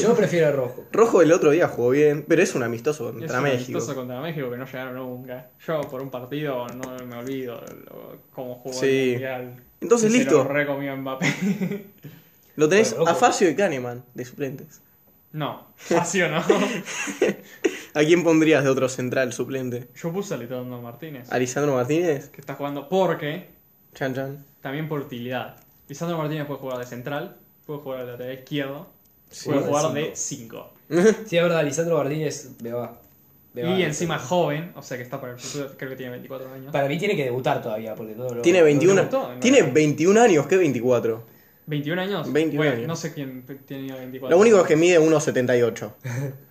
Yo prefiero a Rojo.
Rojo el otro día jugó bien, pero es un amistoso
es
contra
un
México.
amistoso contra México que no llegaron nunca. Yo por un partido no me olvido lo- cómo jugó
Sí.
el Mundial.
Entonces,
Se
listo.
Lo recomió Mbappé.
Lo tenés
Bueno,
a
ojo.
Facio y Kahneman de suplentes.
no, así o no.
¿A quién pondrías de otro central suplente?
Yo puse a Leandro Martínez,
¿A Lisandro Martínez?
que está jugando porque
Chan Chan.
también por utilidad. Lisandro Martínez puede jugar de central, puede jugar de lateral izquierdo,
Sí.
puede
de
jugar
cinco.
de 5.
Sí, es verdad, Lisandro Martínez me va. Me va,
Y encima
Lisandro.
joven, o sea que está para el futuro, creo que tiene 24 años.
Para mí tiene que debutar todavía. porque no, lo-
Tiene
no-
21,
debutó, ¿no?
tiene 21 años, ¿qué 24?
21 años.
21
Bueno,
años.
No sé quién pe- tenía 24.
Lo único es que mide 1,78.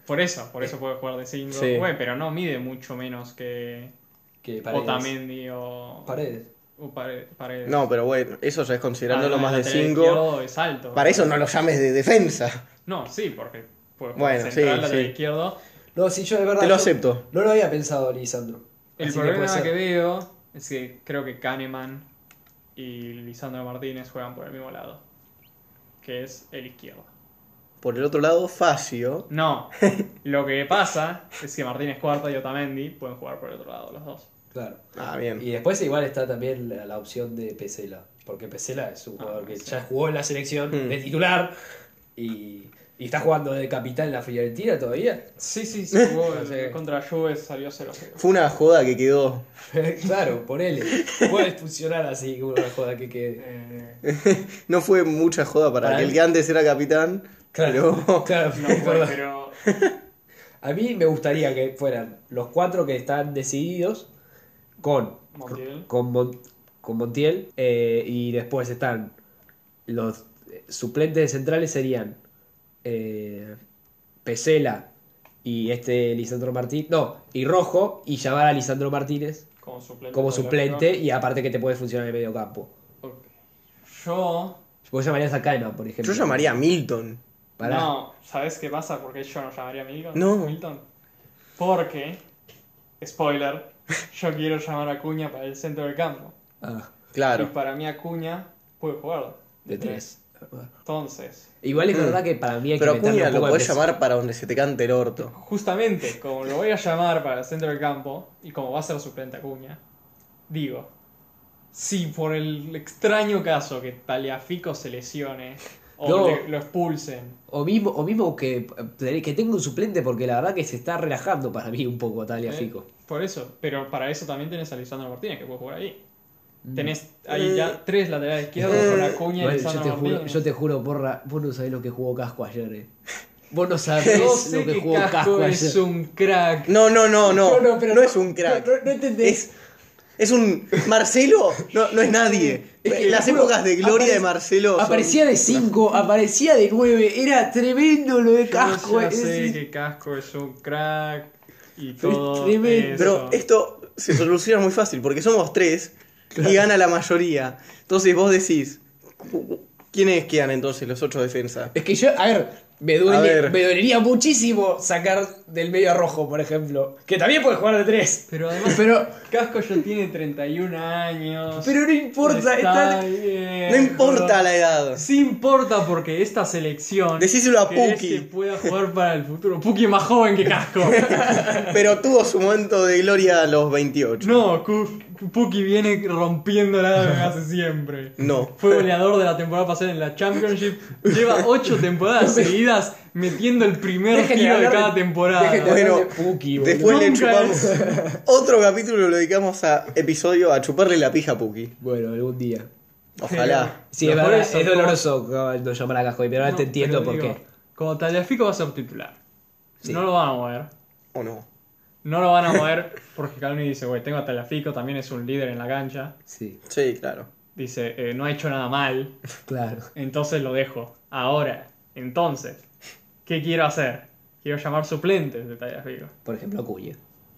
Por eso, por eso puede jugar de 5.
Eh, Sí.
Bueno, pero no mide mucho menos que
que Paredes.
Otamendi o.
Paredes.
o Pare- Paredes.
No, pero bueno, eso ya es considerándolo
Ah,
más de
lateral
5.
izquierdo Es alto.
Para eso no lo llames de defensa.
No, sí, porque puede jugar
Bueno,
central,
sí,
lateral
sí.
izquierdo.
No, sí, yo de verdad.
Te lo
yo
acepto.
No lo había pensado, Lisandro.
El
Así que puede
problema que,
ser.
veo es que creo que Kahneman y Lisandro Martínez juegan por el mismo lado, que es el izquierdo.
Por el otro lado, Facio.
No, lo que pasa es que Martínez Cuarta y Otamendi pueden jugar por el otro lado los dos.
Claro.
Ah, bien.
Y después igual está también la, la opción de Pesela, porque Pesela es un
Ah,
jugador que ya jugó en la selección
Mm.
de titular y, y está jugando de capitán en la Fiorentina todavía.
Sí, sí, sí. jugó eh,
No sé.
contra Juve salió 0-0.
Fue una joda que quedó.
claro, ponele. Puedes funcionar así como una joda que quede.
Eh,
No fue mucha joda para,
Para
aquel
él.
que antes era capitán.
Claro,
Pero
claro,
no
es
fue,
verdad.
pero
A mí me gustaría que fueran los cuatro que están decididos con,
Montiel.
con, Mon- con Montiel eh, y después están los eh, suplentes centrales serían eh, Pesela y este Lisandro Martínez, no, y Rojo y llamar a Lisandro Martínez
como suplente.
como
por el
suplente y aparte que te puede funcionar en el medio campo.
otro. Ok. Yo.
Vos llamarías a Kahneman, por ejemplo.
yo llamaría a Milton.
Pará.
No, ¿sabes qué pasa? Porque yo no llamaría a Milton.
No.
Milton. Porque. Spoiler. Yo quiero llamar a Acuña para el centro del campo.
Ah,
Y
Claro.
para mí Acuña puede jugar
de tres.
Entonces,
Igual es
Mm.
verdad que para mí hay que
Pero
meterle
Acuña
un
lo
poco de
podés
presión.
llamar para donde se te cante el orto.
justamente, como lo voy a llamar para el centro del campo, y como va a ser suplente Acuña, digo, si por el extraño caso que Taliafico se lesione o
No.
le- lo expulsen, ¿eh?
O mismo, o mismo que, eh, que tenga un suplente, porque la verdad que se está relajando para mí un poco Talia
¿eh?
Fico.
por eso, pero para eso también tenés a Lisandro Martínez que puede jugar ahí. Tenés
Mm.
ahí
Eh,
ya tres laterales izquierdos
Mm.
con Acuña y
Igual, yo,
Lisandro
te juro,
Martínez.
yo te juro, porra, vos no sabés lo que jugó Casco ayer, eh. Vos no
No
sabés
sé
lo que
que
jugó
Casco,
Casco,
es
ayer.
un crack.
No, no, no, no. No,
pero
es un crack.
No, no- no entendés.
Es, es un. Marcelo no, no es nadie.
Es que,
Las
te juro,
épocas de gloria
apare-
de Marcelo. son-
Aparecía de 5, aparecía de 9. Era tremendo lo de
Yo
Casco.
ya
eh.
sé
Es-
que Casco es un crack y
Pero es
todo
tremendo.
Pero
eso.
esto se soluciona muy fácil porque somos tres y gana la mayoría. Entonces vos decís, ¿quiénes quedan entonces los ocho defensas?
Es que yo, a ver, me, duele,
A ver.
me dolería muchísimo sacar del medio a rojo, por ejemplo. Que también puede jugar de 3.
Pero además,
Pero,
Casco ya tiene 31 años.
pero no importa. está-
bien,
No importa
boludo.
la edad.
Sí importa porque esta selección.
Decíselo a
querés
Puki.
que pueda jugar para el futuro. Puki es más joven que Casco.
Pero tuvo su momento de gloria a los 28.
No, Cu- Puki viene rompiendo la edad que hace siempre.
No.
Fue goleador de la temporada pasada en la Championship. Lleva 8 temporadas seguidas metiendo el primer
Dejen de
tiro de
hablar de-
cada temporada.
dejen de
Bueno,
hablar de Puki, boludo.
Después le
Nunca
chupamos.
es.
Otro capítulo lo dedicamos a episodio a chuparle la pija a Puki.
Bueno, algún día.
Ojalá.
Sí,
No,
es
por
verdad,
eso,
es
como-
doloroso no llamar a Casco, pero ahora
No,
te entiendo
pero
por
digo,
qué.
Como Taliafico va a ser titular.
Sí.
No lo van a mover.
¿O no?
No lo van a mover porque Caloni dice, güey, tengo a Taliafico, también es un líder en la cancha.
Sí,
Sí, claro.
Dice, "Eh, no ha hecho nada mal,
claro.
entonces lo dejo. Ahora, entonces, ¿qué quiero hacer? Quiero llamar suplentes de Taliafico.
Por ejemplo, Acuña.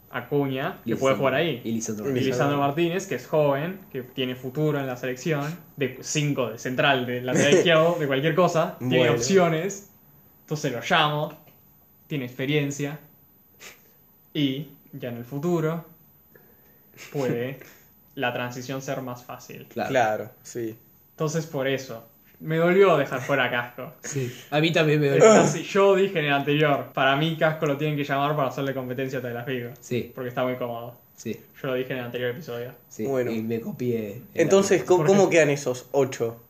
Acuña, que
Lisandro-
puede jugar ahí.
Y Lisandro.
Y
Y
Martínez.
Lisandro Martínez, que es joven, que tiene futuro en la selección, de 5 de central, de lateral izquierdo, de cualquier cosa, tiene
Bueno.
opciones, entonces lo llamo, tiene experiencia y ya en el futuro puede la transición ser más fácil.
Claro.
Claro, sí.
Entonces por eso, me dolió dejar fuera a Casco.
Sí. A mí también me
Es
duele.
casi- yo dije en el anterior, para mí Casco lo tienen que llamar para hacerle competencia a Tagliafico,
Sí,
porque está muy cómodo.
sí,
Yo lo dije en el anterior episodio.
sí.
Bueno.
Y me copié. el
Entonces,
audio.
¿cómo, cómo quedan esos ocho?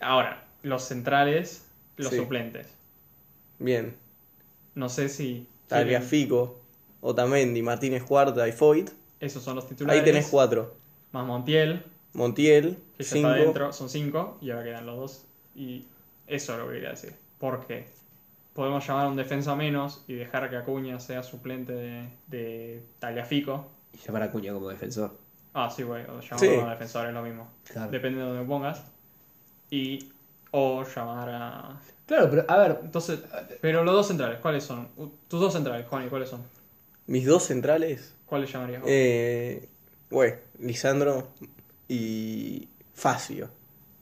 Ahora, los centrales, los
Sí.
suplentes.
Bien.
No sé si. quieren-
Tagliafico, Otamendi, Martínez Cuarta y Foyt.
Esos son los titulares.
Ahí tenés cuatro.
Más Montiel,
Montiel,
que ya está
cinco.
adentro, son cinco. Y ahora quedan los dos. Y eso es lo que quería decir. Porque podemos llamar a un defensa menos y dejar que Acuña sea suplente de, de Tagliafico.
Y llamar a Acuña como defensor.
Ah, sí, güey. O llamar
Sí.
a un defensor es lo mismo.
Claro.
Depende de donde lo pongas. Y. O llamar a.
Claro, pero a ver.
Entonces. Pero los dos centrales, ¿cuáles son? Uh, Tus dos centrales, Juan, ¿y cuáles son?
Mis dos centrales.
¿Cuáles llamarías vos?
Eh, güey, Lisandro y Facio.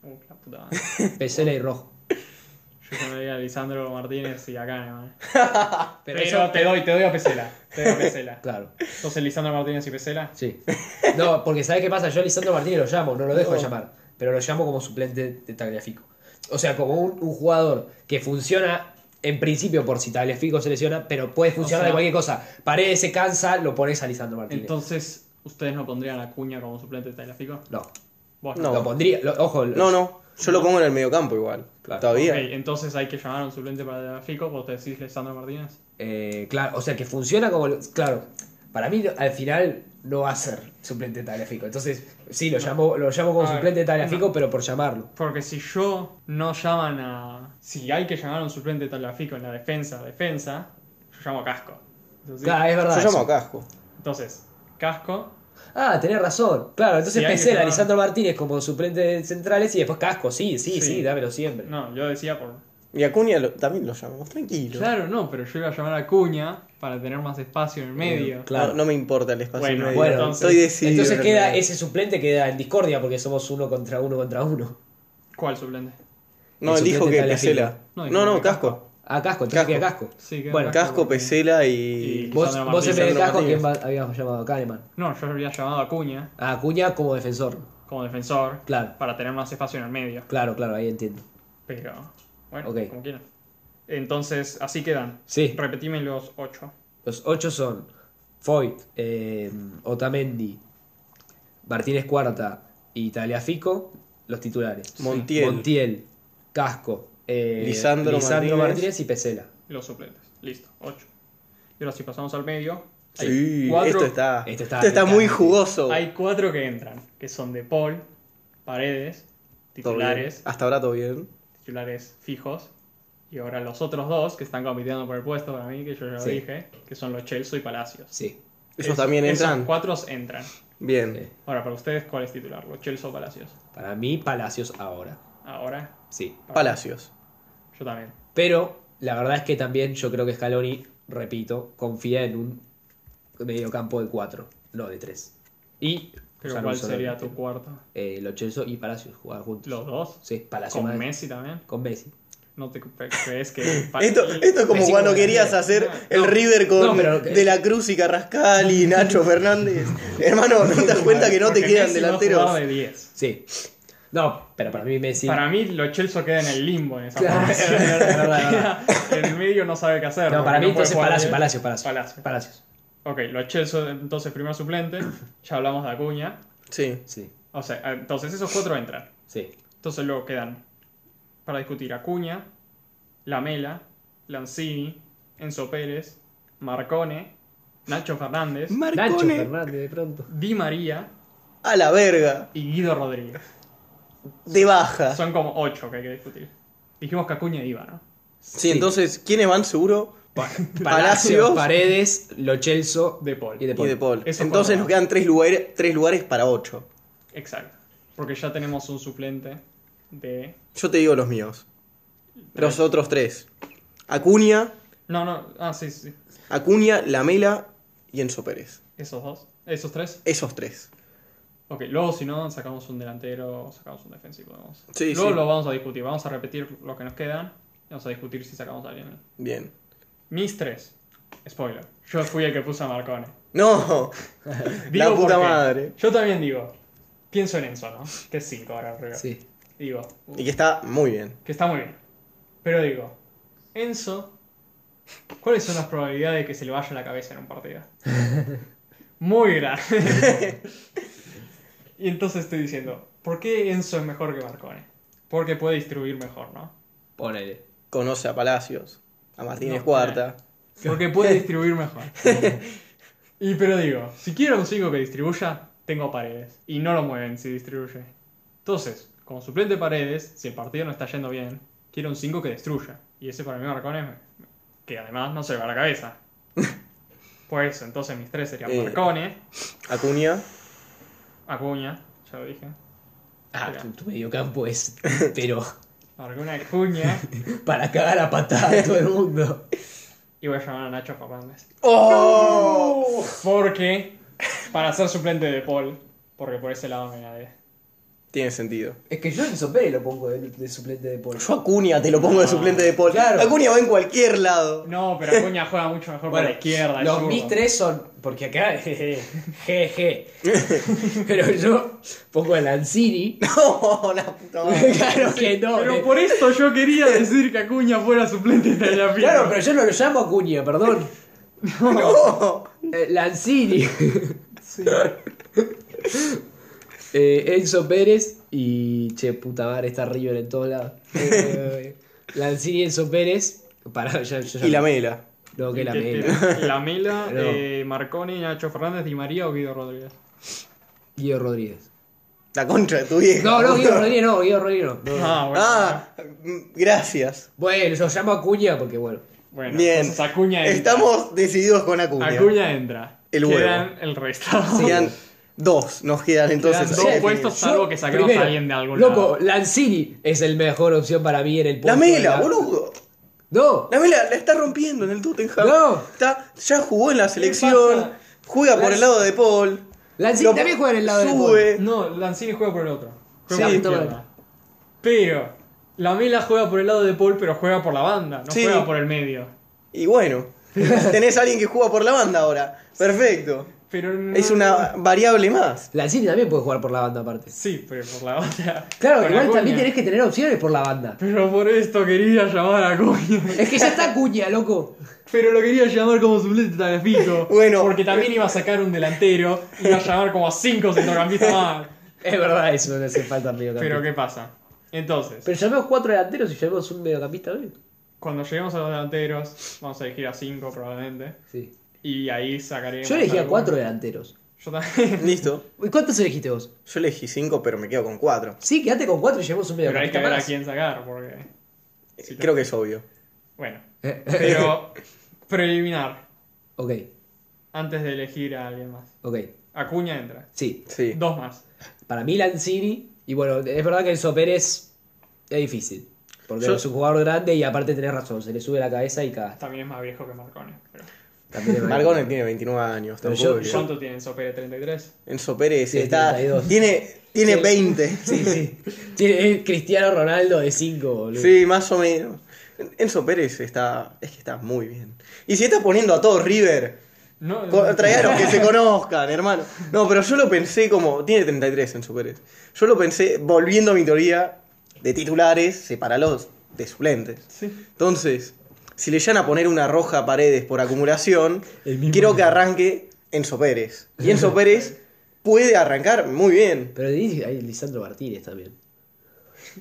Uh, la puta madre.
Pesela y Rojo.
Yo llamaría a Lisandro Martínez y a Kahneman. Pero,
eso-
te doy, te doy a Pesela. Te doy a Pesela.
Claro.
Entonces Lisandro Martínez y Pesela.
Sí. No, porque ¿sabes qué pasa? Yo a Lisandro Martínez lo llamo, no lo dejo
No.
llamar, pero lo llamo como suplente de Tagliafico. O sea, como un, un jugador que funciona en principio por si Tagliafico se lesiona, pero puede funcionar
O sea-
de cualquier cosa. Paredes se cansa, lo pones a Lisandro Martínez.
Entonces, ¿Ustedes no pondrían a Cuña como suplente de Tagliafico?
No.
Vos
No.
Lo pondría. lo- ojo. lo-
No, no. Yo lo pongo en el mediocampo igual.
Claro.
Todavía.
Ok, entonces hay que llamar a un suplente para Tagliafico. ¿Vos te decís Lisandro Martínez?
eh, claro, o sea, que funciona como. lo- Claro, para mí al final no va a ser suplente de Tagliafico. Entonces, sí, lo llamo, lo llamo como
A ver,
suplente de Tagliafico,
no.
pero por llamarlo.
Porque si yo no llaman a. Si hay que llamar a un suplente de Tagliafico en la defensa, defensa, yo llamo a Casco. Entonces,
Claro, es verdad.
Yo llamo
eso.
a Casco.
entonces, Casco.
Ah, tenés razón. Claro, entonces
Sí, hay que
pensé en a
llamar.
Lisandro Martínez como suplente de centrales y después Casco. Sí, sí, sí,
Sí.
dámelo siempre.
No, yo decía por.
Y Acuña lo- también lo llamamos. Tranquilo.
Claro, no, pero yo iba a llamar a Cuña para tener más espacio en el medio.
claro.
No, no me importa el espacio.
Bueno,
medio.
bueno,
Estoy
entonces-
decidido.
entonces
en
queda
realidad.
ese suplente queda en discordia porque somos uno contra uno contra uno.
¿Cuál suplente?
No,
el
él dijo
suplente
que
Tagliafico.
Pesela.
No,
No,
dijo
no,
que Casco.
Casco.
Ah, Casco, entonces
Casco.
queda Casco.
Sí, queda
bueno,
Casco.
Casco, Pesela y...
Y-
vos,
Lisandro
vos en
Martínez.
vez de Casco, ¿quién
Lisandro
va- habíamos llamado? Kahneman.
No, yo había llamado a Cuña
Ah, Acuña como defensor.
como defensor
Claro,
para tener más espacio en el medio.
claro, claro, ahí entiendo.
Pero, bueno,
Ok.
como quieran. Entonces, así quedan.
Sí,
Repetime los ocho.
los ocho son Foyt, eh, Otamendi, Martínez Cuarta y Taliafico, los titulares.
Montiel.
Montiel, Casco, eh,
Lisandro
Lisandro
Martínez.
Martínez y Pesela.
Los suplentes. Listo, ocho. Y ahora si pasamos al medio. Hay,
Sí,
cuatro,
esto está...
Esto
Esto
está
está, muy
picante.
jugoso.
hay cuatro que entran, que son de Paul, Paredes,
Todo bien.
titulares,
Hasta ahora todo bien.
titulares fijos. Y ahora los otros dos que están compitiendo por el puesto para mí, que yo ya lo
Sí.
dije, que son los Chelsea y Palacios.
Sí.
Esos
Es-
también entran.
Esos cuatro entran.
Bien.
Sí.
Ahora, para ustedes, ¿cuál es titular? ¿Los Chelsea o Palacios?
Para mí, Palacios ahora.
Ahora,
Sí.
Palacios.
yo también.
Pero la verdad es que también yo creo que Scaloni, repito, confía en un mediocampo de 4, no de 3. Y.
Pero
usar un
¿cuál
solo
sería tu
delantero.
cuarto?
Eh, Lo Celso y Palacios jugar juntos.
¿Los dos?
Sí, Palacios
¿Con
más-
Messi también?
Con Messi.
¿No te cre- crees que...
Esto, esto es como
Messi
cuando
como
querías
delantero.
hacer
No,
el
no.
River con
No, pero-
De la Cruz y Carrascal y Nacho Fernández. Hermano, no te das cuenta que no te
Porque
quedan
Messi va a jugar
delanteros.
de 10.
Sí. No, pero para mí Messi.
Para mí, los Chelsea queda en el limbo en esa
Claro,
formación.
es verdad, es verdad, es
en el medio no sabe qué hacer.
no,
porque
para mí
puede
entonces
jugar
Palacios,
de-
Palacios, Palacios,
Palacios.
Palacios.
Ok, los Chelsea entonces primer suplente. Ya hablamos de Acuña.
Sí.
Sí,
O sea, entonces esos cuatro entran.
sí.
Entonces luego quedan para discutir Acuña, Lamela, Lanzini, Enzo Pérez, Marcone, Nacho Fernández,
Nacho
Marcone
Fernández de pronto.
Di María
a la verga.
y Guido Rodríguez.
De baja.
Son como ocho que hay que discutir. Dijimos que Acuña iba, ¿no?
Sí, entonces, ¿quiénes van seguro?
Palacios,
Palacios
Paredes, Lo Celso
De Paul.
y De
y
Paul.
De Paul.
Eso fue
Entonces
verdad.
nos quedan tres lugares, tres lugares para ocho.
Exacto. Porque ya tenemos un suplente de...
Yo te digo los míos. Los
Tres.
otros tres. Acuña,
No, no, ah, sí, sí.
Acuña, Lamela y Enzo Pérez.
Esos dos. Esos tres.
Esos tres.
Ok, luego si no, sacamos un delantero, sacamos un defensivo. vamos.
Sí,
luego
sí.
lo vamos a discutir. Vamos a repetir lo que nos quedan. y Vamos a discutir si sacamos a alguien.
Bien.
Mis tres. Spoiler. Yo fui el que puse a Marcone.
No.
Digo
la puta
porque
madre.
Yo también digo. Pienso en Enzo, ¿no? Que es 5 ahora arriba.
Sí.
Digo. uh,
Y que está muy bien.
Que está muy bien. Pero digo. Enzo. ¿Cuáles son las probabilidades de que se le vaya la cabeza en un partido? Muy grande. y entonces estoy diciendo. ¿Por qué Enzo es mejor que Marcone? Porque puede distribuir mejor, ¿no?
Ponele.
Conoce a Palacios, a Martínez
No,
Cuarta.
Porque puede distribuir mejor. Y pero digo, si quiero un 5 que distribuya, tengo a paredes. Y no lo mueven si distribuye. Entonces, como suplente paredes, si el partido no está yendo bien, quiero un 5 que destruya. Y ese para mí Marcones, que además no se le va la cabeza. Por eso, entonces mis tres serían
Eh.
Marcones,
Acuña.
Acuña, ya lo dije.
Ah,
Mira.
tu, tu mediocampo es. Pero.
Marcona Acuña.
Para cagar a patada a todo el mundo.
Y voy a llamar a Nacho Fernández.
¡Oh!
Porque, para ser suplente de Paul, porque por ese lado me la de.
Tiene sentido.
Es que yo Enzo Pérez lo pongo de, de suplente de Paul.
Yo Acuña te lo pongo de
No,
suplente de Paul.
claro.
Acuña va en cualquier lado.
No, pero Acuña juega mucho mejor por la izquierda. el
los
zurdo.
mis tres son. Porque acá. Jeje. jeje. Pero yo pongo a Lanzini.
No, la puta madre.
claro que no. eh.
Pero por esto yo quería decir que Acuña fuera suplente de la
Claro, pero yo no lo llamo Acuña, perdón.
No.
Eh, Lanzini.
pero...
Eh, Enzo Pérez y. Che, puta madre, está River en todos lados. Eh, Lanzini y Enzo Pérez. Pará, ya, yo ya-
Y la mela.
No, que la
Este,
mela.
Lamela,
No.
eh, Marconi, Nacho Fernández, Di María o Guido Rodríguez.
Guido Rodríguez.
La concha de tu vieja.
No, no, Guido Rodríguez no, Guido Rodríguez no. No, no.
Ah, bueno.
Ah, gracias.
Bueno, yo llamo a Cuña porque, bueno.
bueno,
Bien.
entonces Acuña entra.
Estamos decididos con Acuña.
Acuña entra.
El huevo.
Quedan el resto.
Quedan dos, nos quedan entonces.
dos
hay que definir.
puestos. Salvo que saquemos a
primero,
alguien de algún
Loco,
lado.
Lanzini es el mejor opción para mí en el
La
puesto de
mela,
la-
boludo.
No,
La mela la está rompiendo en el Tottenham.
No.
Está, ya jugó en la selección.
pasa?
Juega por
La-
el lado de Paul.
Lanzini
Lo-
también juega en el lado de
Sube.
No, Lanzini juega por el otro. Juega
Sí,
por la izquierda. Pero Lamela juega por el lado de Paul, pero juega por la banda, no
Sí.
juega por el medio.
Y bueno, tenés a alguien que juega por la banda ahora. Perfecto.
Pero no-
Es una variable más.
Lanzini también puede jugar por la banda aparte.
Sí, pero por la banda.
Claro,
Con
igual
Acuña.
también tenés que tener opciones por la banda.
Pero por esto quería llamar a Acuña.
Es que ya está Cuña, loco.
Pero lo quería llamar como suplente tal vez fijo.
Bueno.
Porque también iba a sacar un delantero. Iba a llamar como a cinco centrocampistas más.
Es verdad eso, no hace falta medio
Pero ¿qué pasa? Entonces,
Pero llamemos cuatro delanteros y llamemos un mediocampista ¿eh? también.
cuando lleguemos a los delanteros, vamos a elegir a cinco probablemente.
Sí.
Y ahí sacaremos.
Yo elegí a
alguno.
cuatro delanteros.
Yo también.
Listo.
¿Y cuántos elegiste vos?
Yo elegí cinco, pero me quedo con cuatro.
Sí, quédate con cuatro y llevamos un
Pero hay que
mediocampista
ver a
más.
quién sacar, porque.
Eh,
Sí,
Creo que es obvio.
Bueno. Pero. preliminar.
Ok,
Antes de elegir a alguien más.
ok.
Acuña entra.
Sí.
Sí.
Dos más.
Para mí Lanzini. Y bueno, es verdad que Enzo Pérez es difícil. Porque
Yo-
es un jugador grande y aparte tenés razón, se le sube la cabeza y cagas.
También es más viejo que Marconi. pero-
También es
Margones tiene 29 años.
Pero
tampoco
yo-
es que-
¿Cuánto tienen Sopere? ¿33?
Enzo Pérez
Sí,
está.
32.
Tiene, tiene
Sí.
20.
Sí, sí. Tiene es Cristiano Ronaldo de 5, boludo.
Sí, más o menos. Enzo Pérez está. Es que está muy bien. Y si está poniendo a todo River,
No,
co- trae a los que se conozcan, hermano. No, pero yo lo pensé como. Tiene 33 Enzo Pérez. Yo lo pensé volviendo a mi teoría de titulares, separalos de suplentes.
Sí.
Entonces, si le llegan a poner una roja a paredes por acumulación,
El mismo
quiero
día.
que arranque Enzo Pérez. Y Enzo Pérez puede arrancar muy bien.
Pero ahí hay Lisandro Martínez también.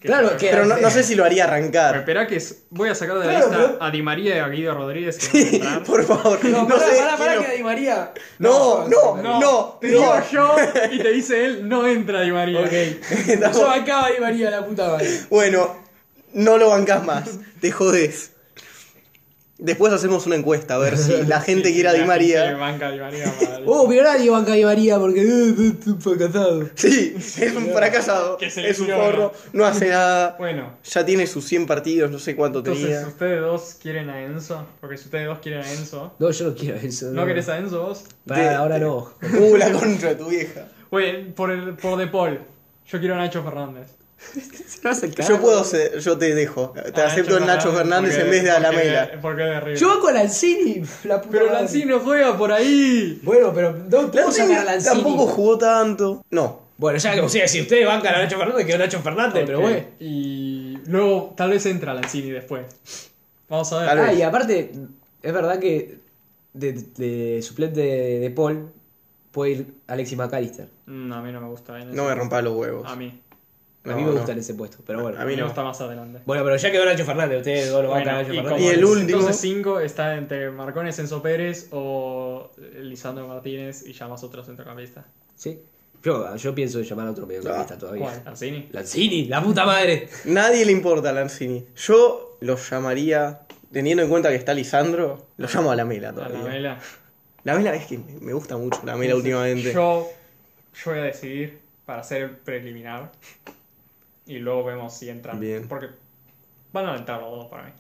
Claro,
se-
que-
Pero no, no sé si lo haría
Pero
arrancar.
esperá que s- voy a sacar de la
Claro,
lista
pero-
a Di María y a Guido Rodríguez. Que van a entrar.
Por favor, no, sé. quiero-
Di María.
No, no, no, no.
te digo yo y te dice él, no entra Di María.
Estamos-
Yo acá Di María, la puta madre.
Bueno, no lo bancas más. Te jodés. Después hacemos una encuesta a ver si la gente
Sí,
quiere a
la
Di
gente le
María.
banca a Di María para el-
Oh, pero nadie banca a Di María porque eh, es un fracasado.
Sí, es un fracasado.
Que se
Es un
lesiona.
forro. No hace nada.
Bueno,
Ya tiene sus 100 partidos, no sé cuánto
entonces
tenía.
ustedes dos quieren a Enzo. Porque si ustedes dos quieren a Enzo,
No, yo no quiero eso.
¿no querés a Enzo vos?
Pará,
De-
ahora no.
Uh, la contra de tu vieja.
Bueno, por, el, por De Paul, yo quiero a Nacho Fernández.
Yo puedo ser, yo te dejo. Te
A
acepto el Nacho Fernández
Ah, porque-
en vez de
porque-
Alamela.
Porque es de River.
Yo banco a Lanzini, la puta
Pero
madre.
Lanzino juega por ahí.
Bueno, pero no puedo
Lanzini
sacar a Lanzini.
tampoco jugó tanto. No.
Bueno, ya que o sea, si ustedes bancan a Nacho Fernández, quedó Nacho Fernández, pero
Ok,
bueno.
Y luego tal vez entra Lanzini después. Vamos a ver.
Tal vez.
Ah, y aparte, es verdad que de, de suplente de, de Paul puede ir Alexis McAllister.
Mm, a mí no me gusta. en
No
ese-
me rompa los huevos.
A mí.
a mí
No,
me
no.
gusta en ese puesto, pero bueno.
A
A
mí
mí me
no.
gusta más adelante.
Bueno, pero ya quedó Nacho Fernández, ustedes dos lo
Bueno,
bancan a Nacho
y
Fernández.
como
Y el
es
último-
12-5 está entre Marcones, Enzo Pérez o eh, Lisandro Martínez y llamas otro centrocampista.
Sí. Yo, yo pienso en llamar a otro mediocampista
Ah,
todavía.
¿Cuál? ¿Lanzini?
Lanzini, la puta madre.
Nadie le importa a Lanzini. Yo lo llamaría, teniendo en cuenta que está Lisandro, lo llamo a Alamela
¿A
todavía.
la vela?
Alamela es que me me gusta mucho Alamela últimamente.
Yo, yo voy a decidir para hacer el preliminar y luego vemos si entran.
Bien.
Porque van a entrar los dos para mí.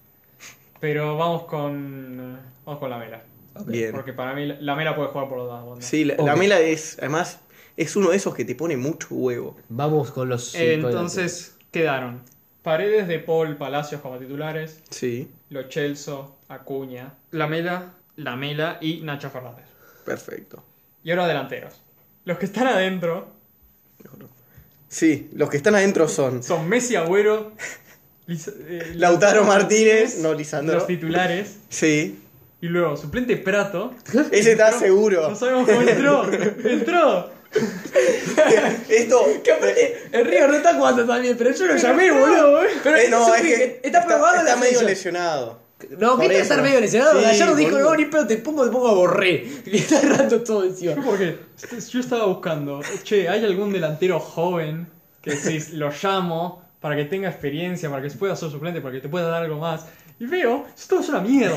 Pero vamos con. Vamos con la mela.
Ok.
Bien.
Porque para mí la mela puede jugar por los dos. Eh, bandas.
Sí, la-
Ok.
Lamela es, además, es uno de esos que te pone mucho huevo.
Vamos con los. cinco
Eh, Entonces quedaron Paredes de Paul Palacios como titulares,
Sí,
Lo Celso, Acuña, Lamela, Lamela y Nacho Fernández.
perfecto.
Y ahora delanteros. Los que están adentro
Sí, los que están adentro son
son Messi Agüero, Lis- eh,
Lautaro Martínez, no Lisandro.
los titulares,
Sí,
y luego suplente Prato.
ese está
No,
seguro.
No sabemos cómo entró. Entró.
Esto.
El River no está jugando también, pero yo lo llamé, boludo. eh. Pero
Eh, no, es
sí,
que
está, probado
Está
la
medio
fecha.
lesionado.
No,
Por
¿qué te
eso.
estar medio lesionado?
Sí,
Ayer nos dijo,
boludo.
no, ni pedo, te pongo, te pongo a borré. Y está errando todo encima.
Yo porque est- yo estaba buscando, che, ¿hay algún delantero joven que si lo llamo para que tenga experiencia, para que pueda ser suplente, para que te pueda dar algo más? Y veo, esto es una mierda.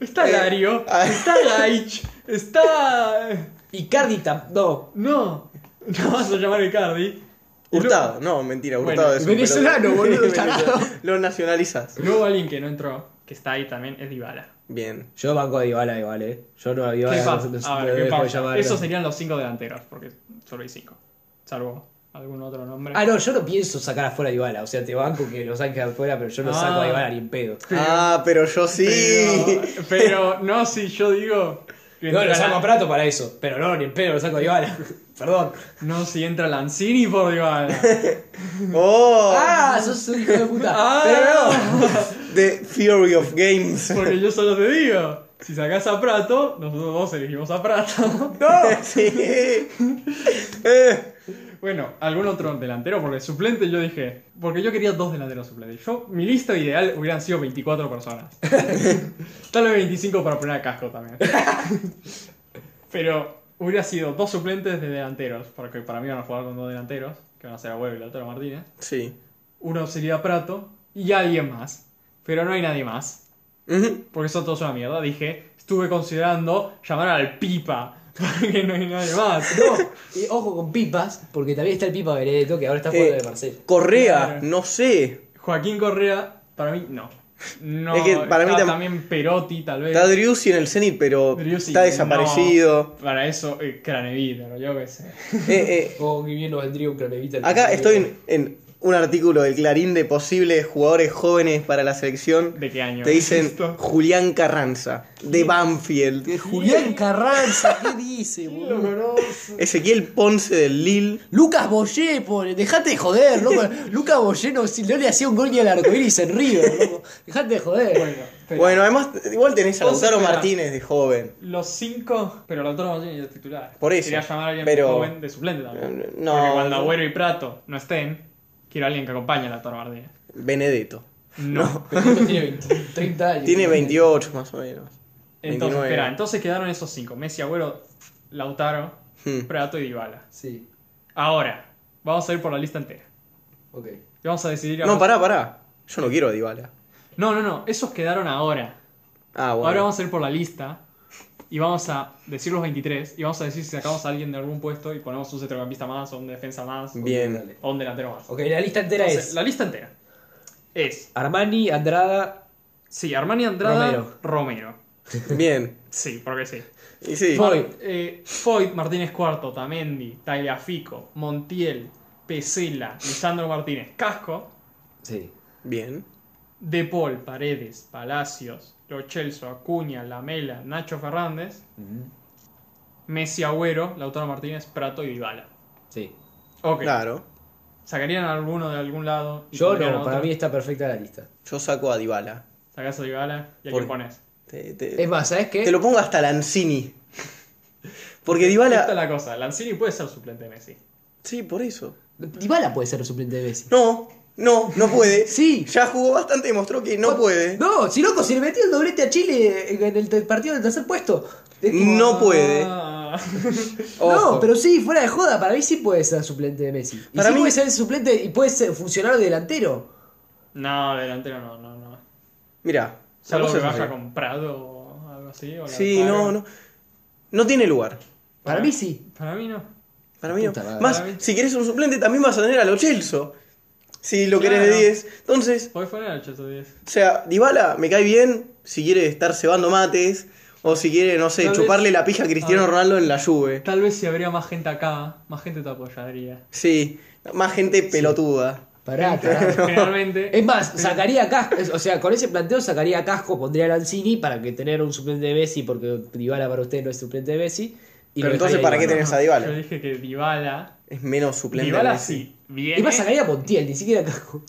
Está
Eh,
Dario,
ah.
está Gaich, está... eh,
Y Cardi tam- no.
No, no vas a llamar a Icardi. Y
Hurtado, no, mentira,
Bueno,
Hurtado es un
venezolano,
pelotero.
boludo,
Venezolano.
tarado.
Lo nacionalizas.
Luego, luego alguien que no entró, que está ahí también, es Dybala.
Bien.
Yo banco a Dybala igual, eh. Yo no a
¿Qué
Dybala.
pasa?
no- no-
A
no
ver, ¿qué
dejo de
pasa?
llamarlo.
Esos serían los cinco delanteros, porque solo hay cinco. Salvo algún otro nombre.
Ah, no, yo no pienso sacar afuera a Dybala. O sea, te banco que lo saques afuera, pero yo no saco a
Ah.
Dybala ni en pedo.
Ah, pero yo sí.
Pero, pero no, si yo digo. que
No,
entra
lo saco
Lan-
a Prato para eso. Pero no, ni en pedo lo saco a Dybala. Perdón.
No, si entra Lanzini por Dybala.
Oh,
Ah, sos un hijo de puta.
Ah.
Pero no.
The Theory of Games.
Porque yo solo te digo. Si sacás a Prato, nosotros dos elegimos a Prato.
sí. Eh,
Bueno, algún otro delantero, porque suplente yo dije. Porque yo quería dos delanteros suplentes. Yo, mi lista ideal hubieran sido 24 personas. Tal vez 25 para poner a casco también. Pero hubiera sido dos suplentes de delanteros, porque para mí van a jugar con dos delanteros, que van a ser Agüero y Lautaro Martínez.
sí.
Uno sería Prato y alguien más. Pero no hay nadie más.
Ujú.
Porque son todos una mierda. Dije, estuve considerando llamar al Pipa. Porque no hay nadie más.
Y ojo con pipas, porque también está el pipa Benedetto que ahora está jugando
Eh,
de Marcelo.
Correa,
Claro.
no sé.
Joaquín Correa, para mí, no. No,
Es que para mí
está
tam-
también Perotti, tal vez.
Está Driussi en el Zenit, pero
Driussi,
está desaparecido.
no. Para eso, eh, Craneviter, yo qué sé.
Eh, eh,
Oh, qué bien nos vendría un cranevita.
acá estoy en, en un artículo del Clarín de posibles jugadores jóvenes para la selección.
¿De qué año?
Te
es
dicen
esto?
Julián Carranza, de Banfield.
Julián Carranza, ¿qué dice, boludo?
Ezequiel Ponce del Lille.
Lucas Boyé, pobre, dejate de joder, loco. Lucas Boyé no, si no le hacía un gol ni al arcoiris en Río, loco. Dejate de joder.
Bueno, pero
Bueno, además, igual tenés a
Ponce
Lautaro
juega.
Martínez de joven.
Los cinco, pero el otro no tiene titular.
Por eso,
Quería llamar a alguien
pero-
joven de suplente también.
No,
Porque cuando
no.
Agüero y Prato no estén, quiero a alguien que acompañe a la Torre Martínez.
Benedetto.
No.
Benedetto tiene 20, 30 años.
Tiene 28 más o menos.
Entonces,
29.
espera, entonces quedaron esos cinco: Messi, Agüero, Lautaro,
Hmm.
Prato y Dybala.
Sí,
Ahora, vamos a ir por la lista entera.
ok.
Y vamos a decidir.
No,
ahora-
pará, pará. Yo no quiero a Dybala.
No, no, no, esos quedaron ahora.
Ah, bueno.
Ahora vamos a ir por la lista y vamos a decir los 23 y vamos a decir si sacamos a alguien de algún puesto y ponemos un centrocampista más, o un defensa más,
Bien.
Ok, dale.
o un delantero más.
Ok, la lista entera
Entonces,
es
La lista entera es,
Armani, Andrada,
sí, Armani Andrada,
Romero.
Romero.
Bien.
Sí, porque sí.
Y sí.
Foy.
Mar- eh, Foyt, Martínez Cuarto, Tamendi, Tagliafico, Montiel, Pesela, Lisandro Martínez, Casco,
sí.
Bien.
De Paul, Paredes, Palacios, Lo Celso, Acuña, Lamela, Nacho Fernández, Messi Agüero, Lautaro Martínez, Prato y Dybala.
Sí.
Ok.
Claro.
¿Sacarían a alguno de algún lado? y
Yo
pondrían a
no,
otro?
para mí está perfecta la lista.
Yo saco a Dybala.
Sacás a Dybala y a
Por-
quién pones.
Te, te-
Es más, ¿sabes qué?
Eh, te lo pongo hasta Lanzini. Porque Dybala...
Esta es la cosa. Lanzini puede ser suplente de Messi.
Sí, por eso.
Dybala puede ser suplente de Messi.
No, no, no puede.
Sí.
Ya jugó bastante y mostró que no puede.
No, si loco, si le metió el doblete a Chile en el te- partido del tercer puesto. Es como-
No puede.
Ah.
No,
Ojo.
pero sí, fuera de joda, para mí sí puede ser suplente de Messi. Y
Para
sí
mí-
puede ser suplente y puede ser- funcionar de delantero.
no, delantero no, no, no.
Mira.
Salvo
la cosa
que
es
baja
así.
con Prado o algo así. o
Sí, no,
Lautaro.
no. No tiene lugar.
Para mí sí.
Para mí no.
Para mí no.
Puta madre.
Más,
Para mí-
si querés un suplente, también vas a tener a Lo Celso. Si lo
Claro.
querés de 10. Entonces,
Podés poner al Cheto 10.
o sea, Dybala me cae bien si quiere estar cebando mates. O si quiere, no sé,
Tal vez-
chuparle la pija a Cristiano
Ah.
Ronaldo en la lluvia.
Tal vez si habría más gente acá, más gente te apoyaría.
Sí, más gente pelotuda.
Pará, pará.
Generalmente.
Es más, sacaría a Casco, o sea, con ese planteo sacaría a Casco, pondría a Lanzini para que tener un suplente de Messi, porque Dybala para usted no es suplente de Messi. Y
Pero
lo
entonces,
dejaría
¿para
ahí,
qué
¿no?
tenés a Dybala?
Yo dije que Dybala.
Es menos suplente.
Dybala
Messi.
sí. Bien.
Es más, sacaría a Montiel, ni siquiera a Casco.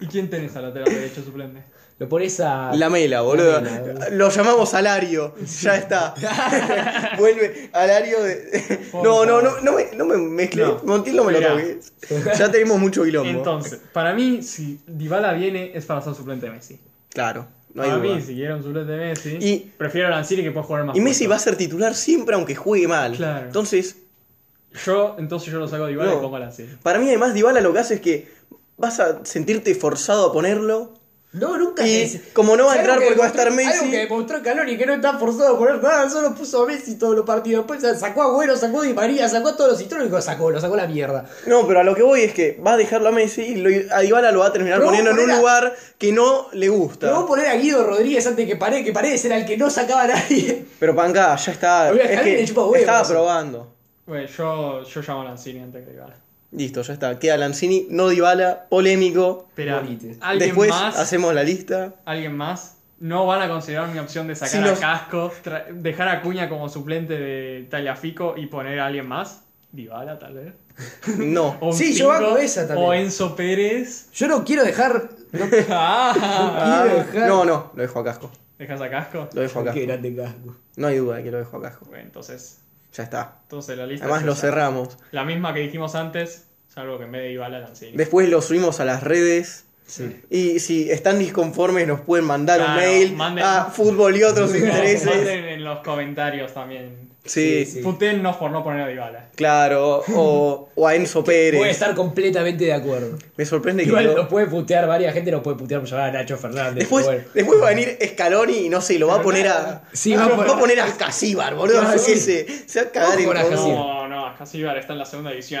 ¿Y quién tenés al lateral derecho suplente?
Lo pones a.
Ah,
La mela, boludo.
Lamela, boludo.
Lo llamamos Alario. Ya está. Vuelve Alario de.
Por
No, no,
favor.
no, no me, no me mezcle.
No.
Montiel no me lo
Mirá.
toques. Ya tenemos mucho quilombo.
Entonces, para mí, si Dybala viene, es para ser suplente de Messi.
Claro, no hay
para
duda.
mí, si quiero un suplente de Messi,
Y-
prefiero a Lanzini que puede jugar más.
Y Messi va a
puestos.
ser titular siempre aunque juegue mal.
Claro.
Entonces,
Yo, entonces yo lo saco de Dybala
No.
y pongo a Lanzini.
para mí además Dybala lo que hace es que vas a sentirte forzado a ponerlo.
No, nunca
Y
se-
como no va a
Algo
entrar
que
porque va a
demostró-
estar
Algo que
Messi.
demostró Caloni que no está forzado a poner nada, solo puso a Messi todos los partidos. Después sacó a Agüero, sacó a Di María, sacó a todos los citrones y lo sacó, lo sacó a la mierda.
No, pero a lo que voy es que va a dejarlo a Messi y lo- a Dybala lo va a terminar
Pero vos
poniendo en un
ponela-
lugar que no le
Pero
gusta.
pues-
vos poner a Guido Rodríguez antes que Paredes, que Paredes era el que no sacaba a nadie.
Pero Panca, ya está.
Oiga,
Es
Javi
que
le chupa huevo,
estaba
eso.
probando.
Bueno, yo, yo llamo a Lanzini antes que Dybala.
Listo, ya está. Queda Lanzini, no Dybala, polémico.
Espera,
Bonite.
¿alguien
Después
más?
hacemos la lista.
¿Alguien más? No van a considerar mi opción de sacar
Si
a
los-
Casco, tra- dejar a Cuña como suplente de Taliafico y poner a alguien más. Dybala, tal vez.
No.
O un
Sí, yo
cinco,
banco esa también.
O Enzo Pérez.
Yo no quiero dejar.
Ah.
Ah,
quiero dejar-
no, no, lo dejo a casco.
¿Dejas a Casco?
Lo dejo a casco.
Qué grande casco.
No hay duda de que lo dejo a casco.
Bueno, entonces,
Ya está.
entonces la lista
Además
es
lo
esa.
cerramos.
La misma que dijimos antes, salvo que en vez de Dybala, Lanzini.
Después lo subimos a las redes.
Sí.
Y si están disconformes nos pueden mandar un
Claro,
mail
manden-
a fútbol y otros intereses.
Manden en los comentarios también.
Sí,
Sí, sí.
Putennos por no poner a Dybala.
claro. O, o a Enzo
Voy a
Pérez.
estar completamente de acuerdo.
Me sorprende que...
Igual
no-
lo puede putear, varias gente lo puede putear por llamar a Nacho Fernández.
Después,
pero bueno.
después va a venir Scaloni y no sé, lo va a poner a.
Sí,
va,
va
a
a
poner,
poner-
a Casíbar, boludo.
Claro,
no sé,
sí.
se, se va a cagar
Ojo
en
con
todo.
Alcacíbar.
No, no, Casíbar está en la segunda división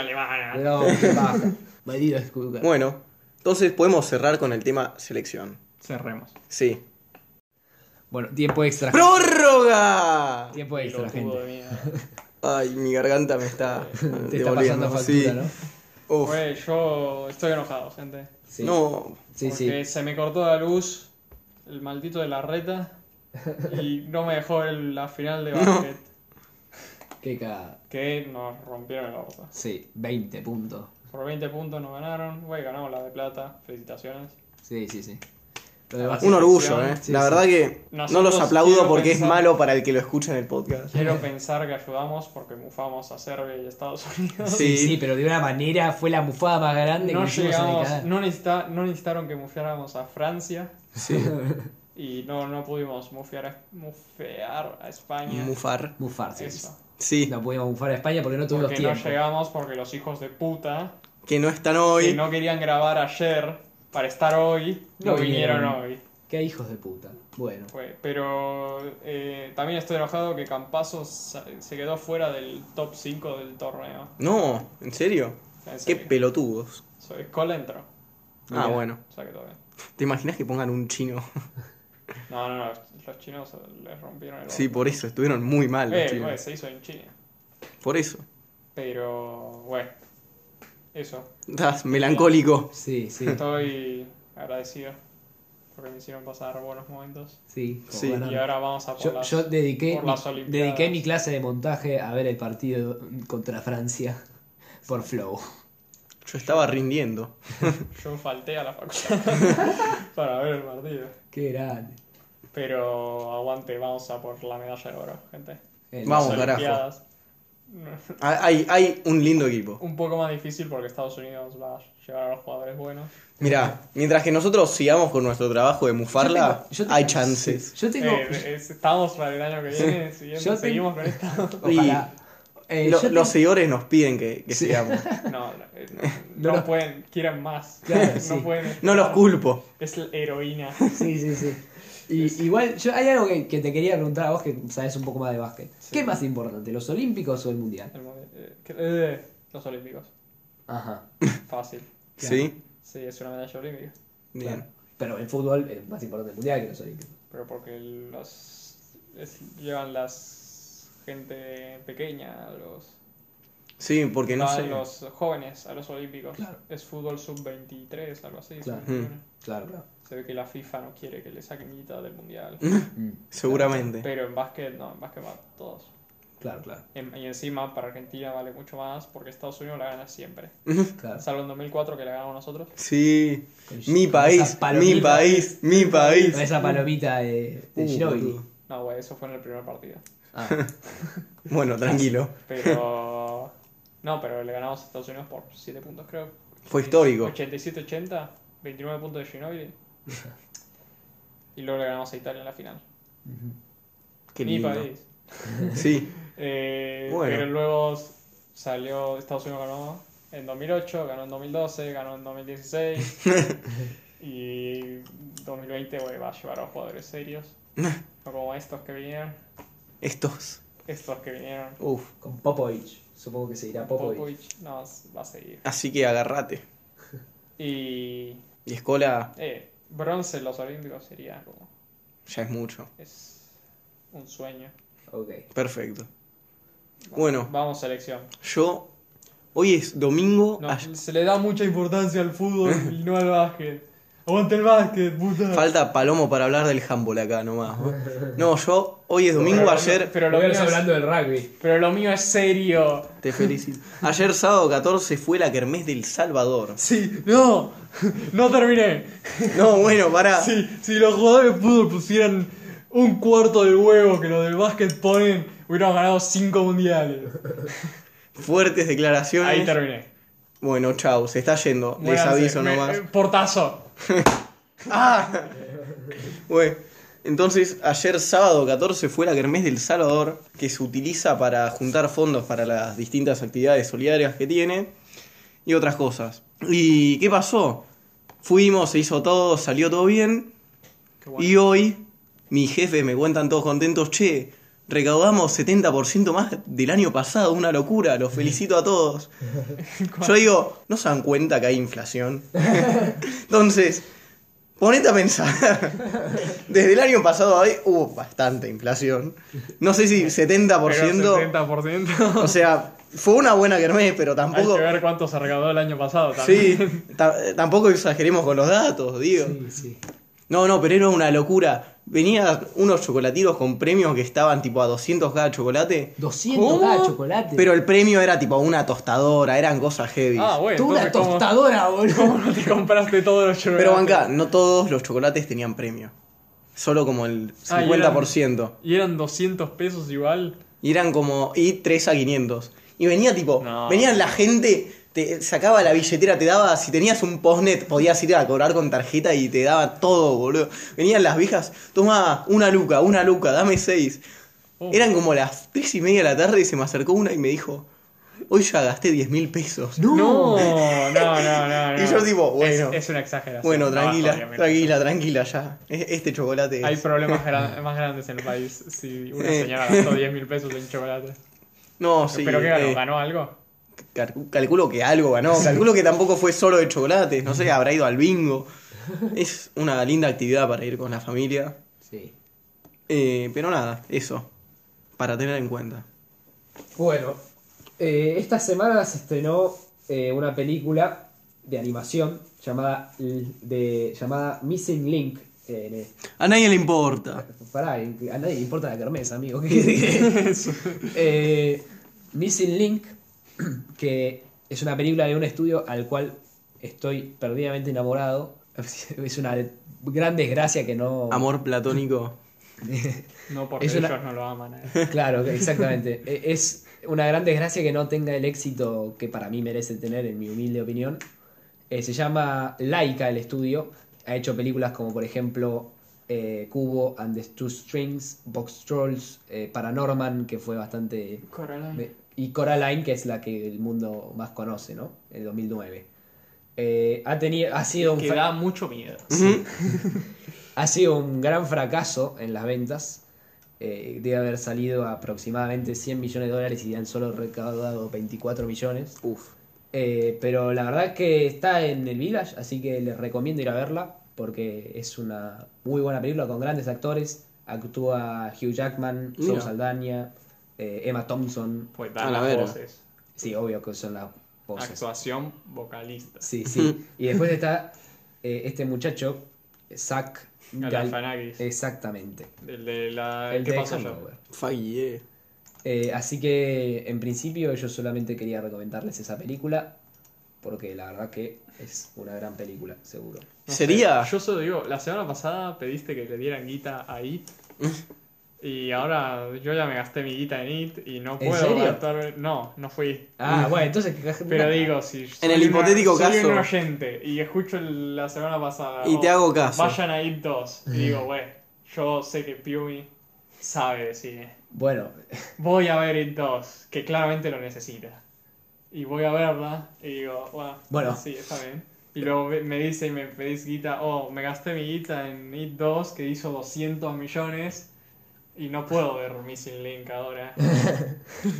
alemana.
No, qué paja. Maldito Scudder.
Bueno, entonces podemos cerrar con el tema selección.
Cerremos.
Sí.
Bueno, tiempo extra.
¡Prórroga!
Tiempo extra,
Pelotudo
gente.
de mierda.
Ay, mi garganta me está.
Te está pasando factura, ¿no?
¿no?
Güey, yo estoy enojado, gente.
Sí.
No.
sí, sí.
porque se me cortó la luz, el maldito de la reta, y no me dejó el- la final de básquet.
Qué cagada.
Que nos rompieron el orto.
Sí, 20 puntos.
Por 20 puntos nos ganaron. Güey, ganamos la de plata. Felicitaciones.
Sí, sí, sí.
Ah,
Lo de base-
Un orgullo, ¿eh?
Sí,
la
sí.
verdad que no
Nosotros
los aplaudo
quiero
porque es
pensar-
malo para el que lo escucha en el podcast.
Quiero pensar que ayudamos porque mufamos a Serbia y Estados Unidos.
Sí, sí, pero de una manera fue la mufada más grande
No
que hicimos en la
llegamos,
década.
no, necesita- no necesitaron que mufiáramos a Francia
Sí.
y no, no pudimos mufiar a, mufear a España.
Mufar.
Mufar, sí.
Eso.
Sí.
No pudimos mufar a España porque no tuvimos
Porque no
tiempo.
llegamos porque los hijos de puta
Que no están hoy.
que no querían grabar ayer para estar hoy no,
No
vinieron.
vinieron.
hoy.
Qué hijos de puta. Bueno.
Fue- Pero eh, también estoy enojado que Campazo se quedó fuera del top 5 del torneo.
No, ¿en serio?
En
Qué
serio.
pelotudos.
Soy Cole entró.
Ah, bueno.
O sea que todo bien.
¿Te imaginas que pongan un chino?
No, no, no. Los chinos les rompieron el
Sí,
orto.
por eso, estuvieron muy
pues,
mal los
Eh,
chinos.
güey, se hizo en China.
Por eso.
Pero, bueno, eso.
Estás melancólico.
Sí, sí,
Estoy agradecido porque me hicieron pasar buenos momentos.
sí. como
Sí.
ganaron.
Y ahora vamos a por
Yo,
las-
yo dediqué,
por las
mi-
Olimpiadas.
dediqué mi clase de montaje a ver el partido contra Francia por Flow.
Yo estaba rindiendo.
Yo falté a la facultad para ver el partido.
Qué grande.
Pero aguante, vamos a por la medalla de oro, gente.
El-
Vamos,
Las
carajo.
Olimpiadas.
Ah, Hay, hay un lindo equipo.
Un poco más difícil porque Estados Unidos va a llevar a los jugadores buenos.
Mirá, mientras que nosotros sigamos con nuestro trabajo de mufarla,
Yo tengo-
hay chances.
Yo tengo.
Eh, es- estamos para el año que viene, siguiente,
Yo te-
seguimos con esto.
ojalá. Eh,
Lo-
yo
los
tengo-
seguidores nos piden que, que
Sí.
sigamos.
No, no, eh,
No
no
los-
pueden, quieren más.
Claro,
no
sí.
pueden.
No los culpo.
Es la heroína.
Sí, sí, sí. Y, igual, yo, hay algo que, que te quería preguntar a vos que sabes un poco más de básquet. ¿Qué es más importante, los olímpicos o el mundial?
El mundial- eh, que- eh, los olímpicos.
Ajá.
Fácil.
Claro.
¿Sí?
Sí, es una medalla olímpica.
Bien.
Pero el fútbol es más importante el mundial que los olímpicos.
Pero porque los es- llevan las gente pequeña, los,
Sí, porque no
van
sé.
los jóvenes a los olímpicos.
Claro.
Es fútbol sub-23, algo así.
Claro.
sub-21.
Claro, claro.
Se ve que la FIFA no quiere que le saquen guita del mundial.
Mm.
Seguramente.
Pero en básquet no, en básquet van todos.
Claro, claro.
En- Em, Y encima para Argentina vale mucho más porque Estados Unidos la gana siempre.
claro.
Salvo en 2004 que la ganamos nosotros.
Sí. Mi
Con
país,
esa palomita.
mi país, mi país.
Con esa palomita de, de
Uh,
Ginobili.
boludo.
No, güey, eso fue en el primer partido.
Ah,
Bueno, tranquilo.
Pero. no, pero le ganamos a Estados Unidos por 7 puntos, creo.
Fue histórico.
87-80, 29 puntos de Ginobili. y luego le ganamos a Italia en la final.
Qué
Mi
lindo.
país.
Sí.
Eh,
Bueno.
Pero luego salió Estados Unidos ganó en 2008, ganó en 2012, ganó en 2016 y 2020 güey, va a llevar a jugadores serios, no como estos que vinieron,
Estos.
estos que vinieron.
Uf.
con Popovich. Supongo que se irá Popovich.
Popovich no va a seguir.
Así que agarrate.
Y
Y Escola
eh, bronce en los Olímpicos sería como
ya es mucho.
es un sueño.
Ok.
Perfecto. Bueno,
Vamos selección.
yo. Hoy es domingo.
No,
Ay-
se le da mucha importancia al fútbol y no al básquet. Aguante el básquet, puta.
Falta palomo para hablar del handball acá nomás. No, yo. Hoy es domingo.
Pero-
Ayer.
Pero lo,
Hoy
mío
estamos
es,
hablando del rugby.
pero lo mío es serio.
Te felicito. Ayer sábado 14 fue la kermés del Salvador.
Sí, no, no terminé.
No, bueno, para.
Si, si los jugadores de fútbol pusieran un cuarto del huevo que los del básquet ponen, hubiéramos ganado cinco mundiales.
Fuertes declaraciones.
Ahí terminé.
Bueno, chau, se está yendo. Les
Muéranse.
aviso
Me-
nomás.
eh, Portazo.
¡Ah! Bueno, entonces ayer sábado 14 fue la Kermés del Salvador, que se utiliza para juntar fondos para las distintas actividades solidarias que tiene y otras cosas. ¿Y qué pasó? Fuimos, se hizo todo, salió todo bien.
Qué bueno.
Y hoy, mis jefes me cuentan todos contentos, che, recaudamos 70% más del año pasado, una locura, los felicito a todos. Yo digo, ¿no se dan cuenta que hay inflación? Entonces, ponete a pensar. Desde el año pasado a hoy hubo bastante inflación. No sé si 70%,
Pero 70%.
o sea, fue una buena kermés, pero
Hay que
tampoco...
ver cuánto se recaudó el año pasado también.
Sí, ta- tampoco exageremos con los datos, digo.
Sí, sí.
No, no, pero era una locura. Venía unos chocolatitos con premios que estaban tipo a 200 cada chocolate.
200
¿Cómo?
cada chocolate.
Pero el premio era tipo una tostadora, eran cosas heavy.
Ah, bueno.
Tú una
entonces, ¿cómo-
tostadora, boludo.
¿cómo te compraste todos los chocolates?
pero banca, no todos los chocolates tenían premio. Solo como el
Ah, y
50%.
¿Y eran 200 pesos igual?
Y eran como. Y 3 a 500. Y venía tipo.
No.
Venían la gente, te sacaba la billetera, te daba. Si tenías un postnet, podías ir a cobrar con tarjeta y te daba todo, boludo. Venían las viejas, toma una luca, una luca, dame seis.
Oh.
Eran como las tres y media de la tarde y se me acercó una y me dijo: Hoy ya gasté 10 mil pesos.
No.
No, no, no, no. no.
Y yo tipo, bueno.
Es, es una exageración.
Bueno,
No,
tranquila,
obviamente.
tranquila, tranquila ya. E- Este chocolate.
Hay
es-
problemas gran- más grandes en el país si una
Eh.
señora gastó 10 mil pesos en chocolate.
No, sí.
¿Pero qué ganó?
eh,
¿Ganó algo?
Cal- calculo que algo ganó, calculo que tampoco fue solo de chocolates, no sé, habrá ido al bingo. Es una linda actividad para ir con la familia.
Sí.
Eh, pero nada, eso, para tener en cuenta.
Bueno, eh, esta semana se estrenó eh, una película de animación llamada, L- de, llamada Missing Link. En, eh,
A nadie le importa.
pará, eh, a nadie le importa la kermés, amigo. ¿Qué- qué- qué? Eh, Missing Link, que es una película de un estudio al cual estoy perdidamente enamorado. Es una gran desgracia que no...
Amor platónico.
No, porque
Es una-
ellos no lo aman. eh.
Claro, que- exactamente. E- Es una gran desgracia que no tenga el éxito que para mí merece tener, en mi humilde opinión. Eh, se llama Laika el estudio. Ha hecho películas como, por ejemplo, eh, Cubo and the Two Strings, Box Trolls, eh, Paranorman, que fue bastante me- Y Coraline, que es la que el mundo más conoce, ¿no? El 2009. Eh, ha, tenido, ha, sido un
Que
fra-
da mucho miedo.
ha sido un gran fracaso en las ventas. Eh, debe haber salido aproximadamente 100 millones de dólares y han solo recaudado 24 millones.
Uf.
Eh, pero la verdad es que está en el Village, así que les recomiendo ir a verla porque es una muy buena película con grandes actores. Actúa Hugh Jackman, Zoe
Mira.
Saldaña, eh, Emma Thompson.
Pues
A
dan
la
las
vera.
voces.
Sí, obvio que son las voces.
Actuación vocalista.
Sí, sí. Y después está eh, este muchacho, Zach Gal-
Galifianakis.
Exactamente.
El de la...
El
¿Qué
de
pasó
Hangover.
Faggy, eh.
Eh, así que en principio yo solamente quería recomendarles esa película porque la verdad que es una gran película, seguro.
No
Sería-
sé, yo solo digo, la semana pasada pediste que le dieran guita a IT.
Mm.
Y ahora yo ya me gasté mi guita en IT y no
¿En
puedo
serio?
gastar. No, no fui.
Ah, bueno, entonces... que-
Pero digo, si soy
el
una-
hipotético
soy
caso-
un oyente y escucho el- la semana pasada.
Y te
oh,
hago caso.
Vayan a IT 2. Y digo, wey, yo sé que Piumi sabe de cine.
Bueno,
Voy a ver IT 2, que claramente lo necesita. Y voy a verla y digo, bueno,
Bueno.
sí, está bien. Y luego me- me dice y me pedís guita, oh, me gasté mi guita en IT 2 que hizo 200 millones y no puedo ver Missing Link ahora.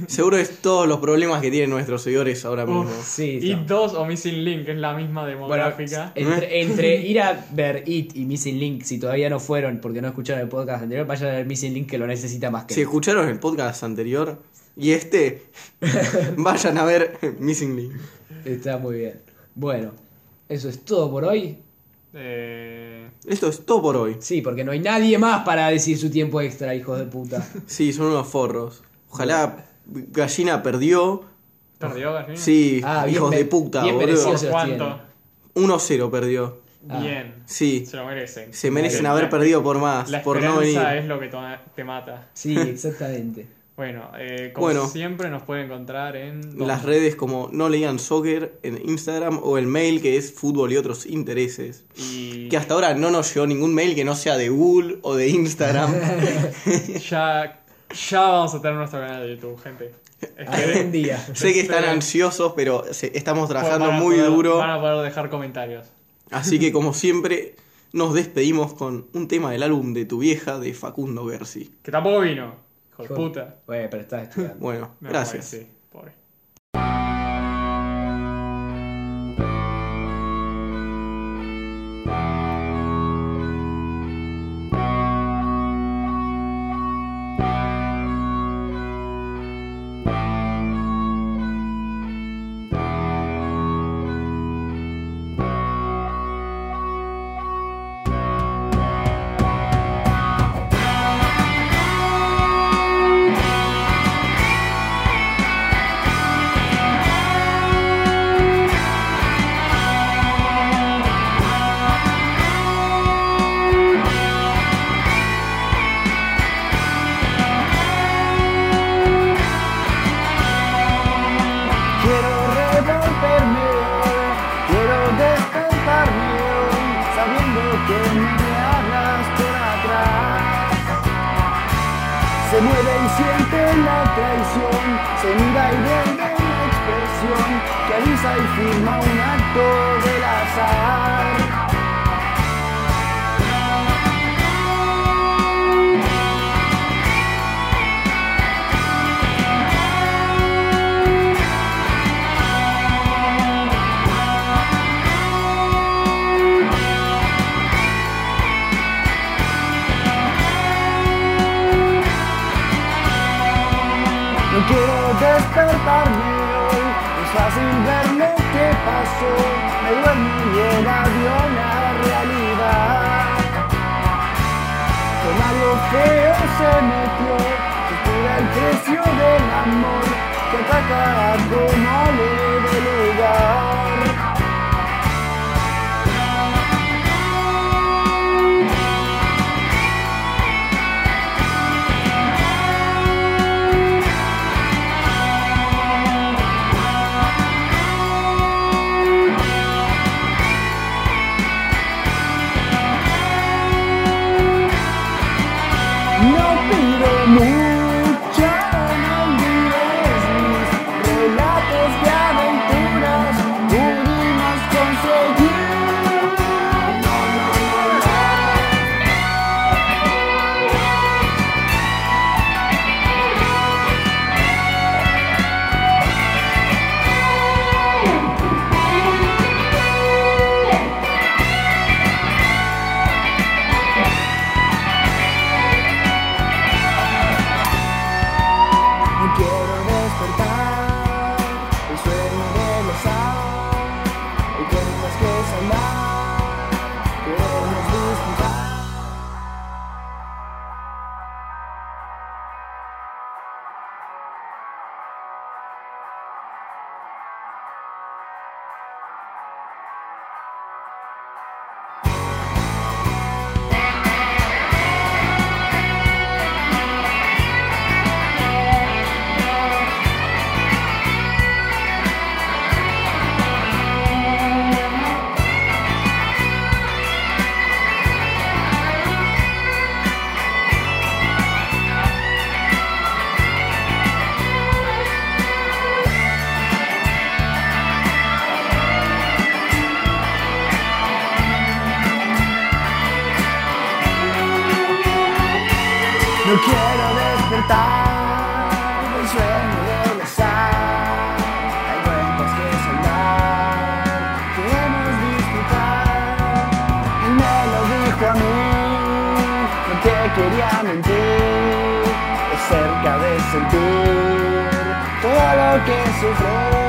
Seguro es todos los problemas que tienen nuestros seguidores ahora mismo.
Uf.
sí.
IT
no.
2 o Missing Link es la misma
Bueno,
demográfica.
entre, entre ir a ver It y Missing Link, si todavía no fueron porque no escucharon el podcast anterior, vayan a ver Missing Link que lo necesita más que
Si
nadie.
escucharon el podcast anterior y este, vayan a ver Missing Link.
Está muy bien. Bueno, eso es todo por hoy.
Eh,
Esto es todo por hoy.
Sí, porque no hay nadie más para decir su tiempo extra, hijos de puta.
Sí, son unos forros. Ojalá Gallina perdió.
¿Perdió Gallina?
Sí,
Ah, bien
hijos
me-
de puta,
bien
boludo.
merecido.
¿Por
se los
cuánto?
1-0 perdió.
Ah.
Bien.
Sí,
Se lo merecen.
se merecen
La-
haber perdido por más,
La
por
esperanza
no venir.
es lo que to- te mata.
Sí, exactamente.
Bueno, eh, como
Bueno.
siempre nos puede encontrar en...
Las redes como no leían soccer en Instagram o el mail que es fútbol y otros intereses.
Y
Que hasta ahora no nos llegó ningún mail que no sea de Google o de Instagram.
ya, ya vamos a tener nuestro canal de YouTube, gente.
Algún
Esperen.
día.
sé que están
Esperen.
ansiosos, pero se- estamos trabajando
Van a
muy
poder-
duro.
Van a poder dejar comentarios.
Así que como siempre, nos despedimos con un tema del álbum de tu vieja de Facundo Gersi.
Que tampoco vino. Hijo de
Hijo-
puta.
Bueno, pero estás estudiando.
Bueno,
No,
gracias.
pobre, sí, pobre.
Quiero revolverme, quiero despertarme hoy, sabiendo que me hablas por atrás. Se mueve y siente la traición, se mira y vuelve una expresión que avisa y firma un acto del azar. No quiero despertarme hoy, es fácil ver lo que pasó. Me duermo y el avión la realidad. Con algo feo se metió, suspira el precio del amor que ataca como le dé lugar. No pido mucho, no olvides mis relatos de aventuras, pudimos conseguir. No quiero despertar el sueño de los hay cuentas que saldar, queremos disfrutar. No quiero despertar del sueño de los Hay cuentas que soldar, queremos disfrutar. Él me lo dijo a mí, no te quería mentir. Es cerca de sentir todo lo que sufro.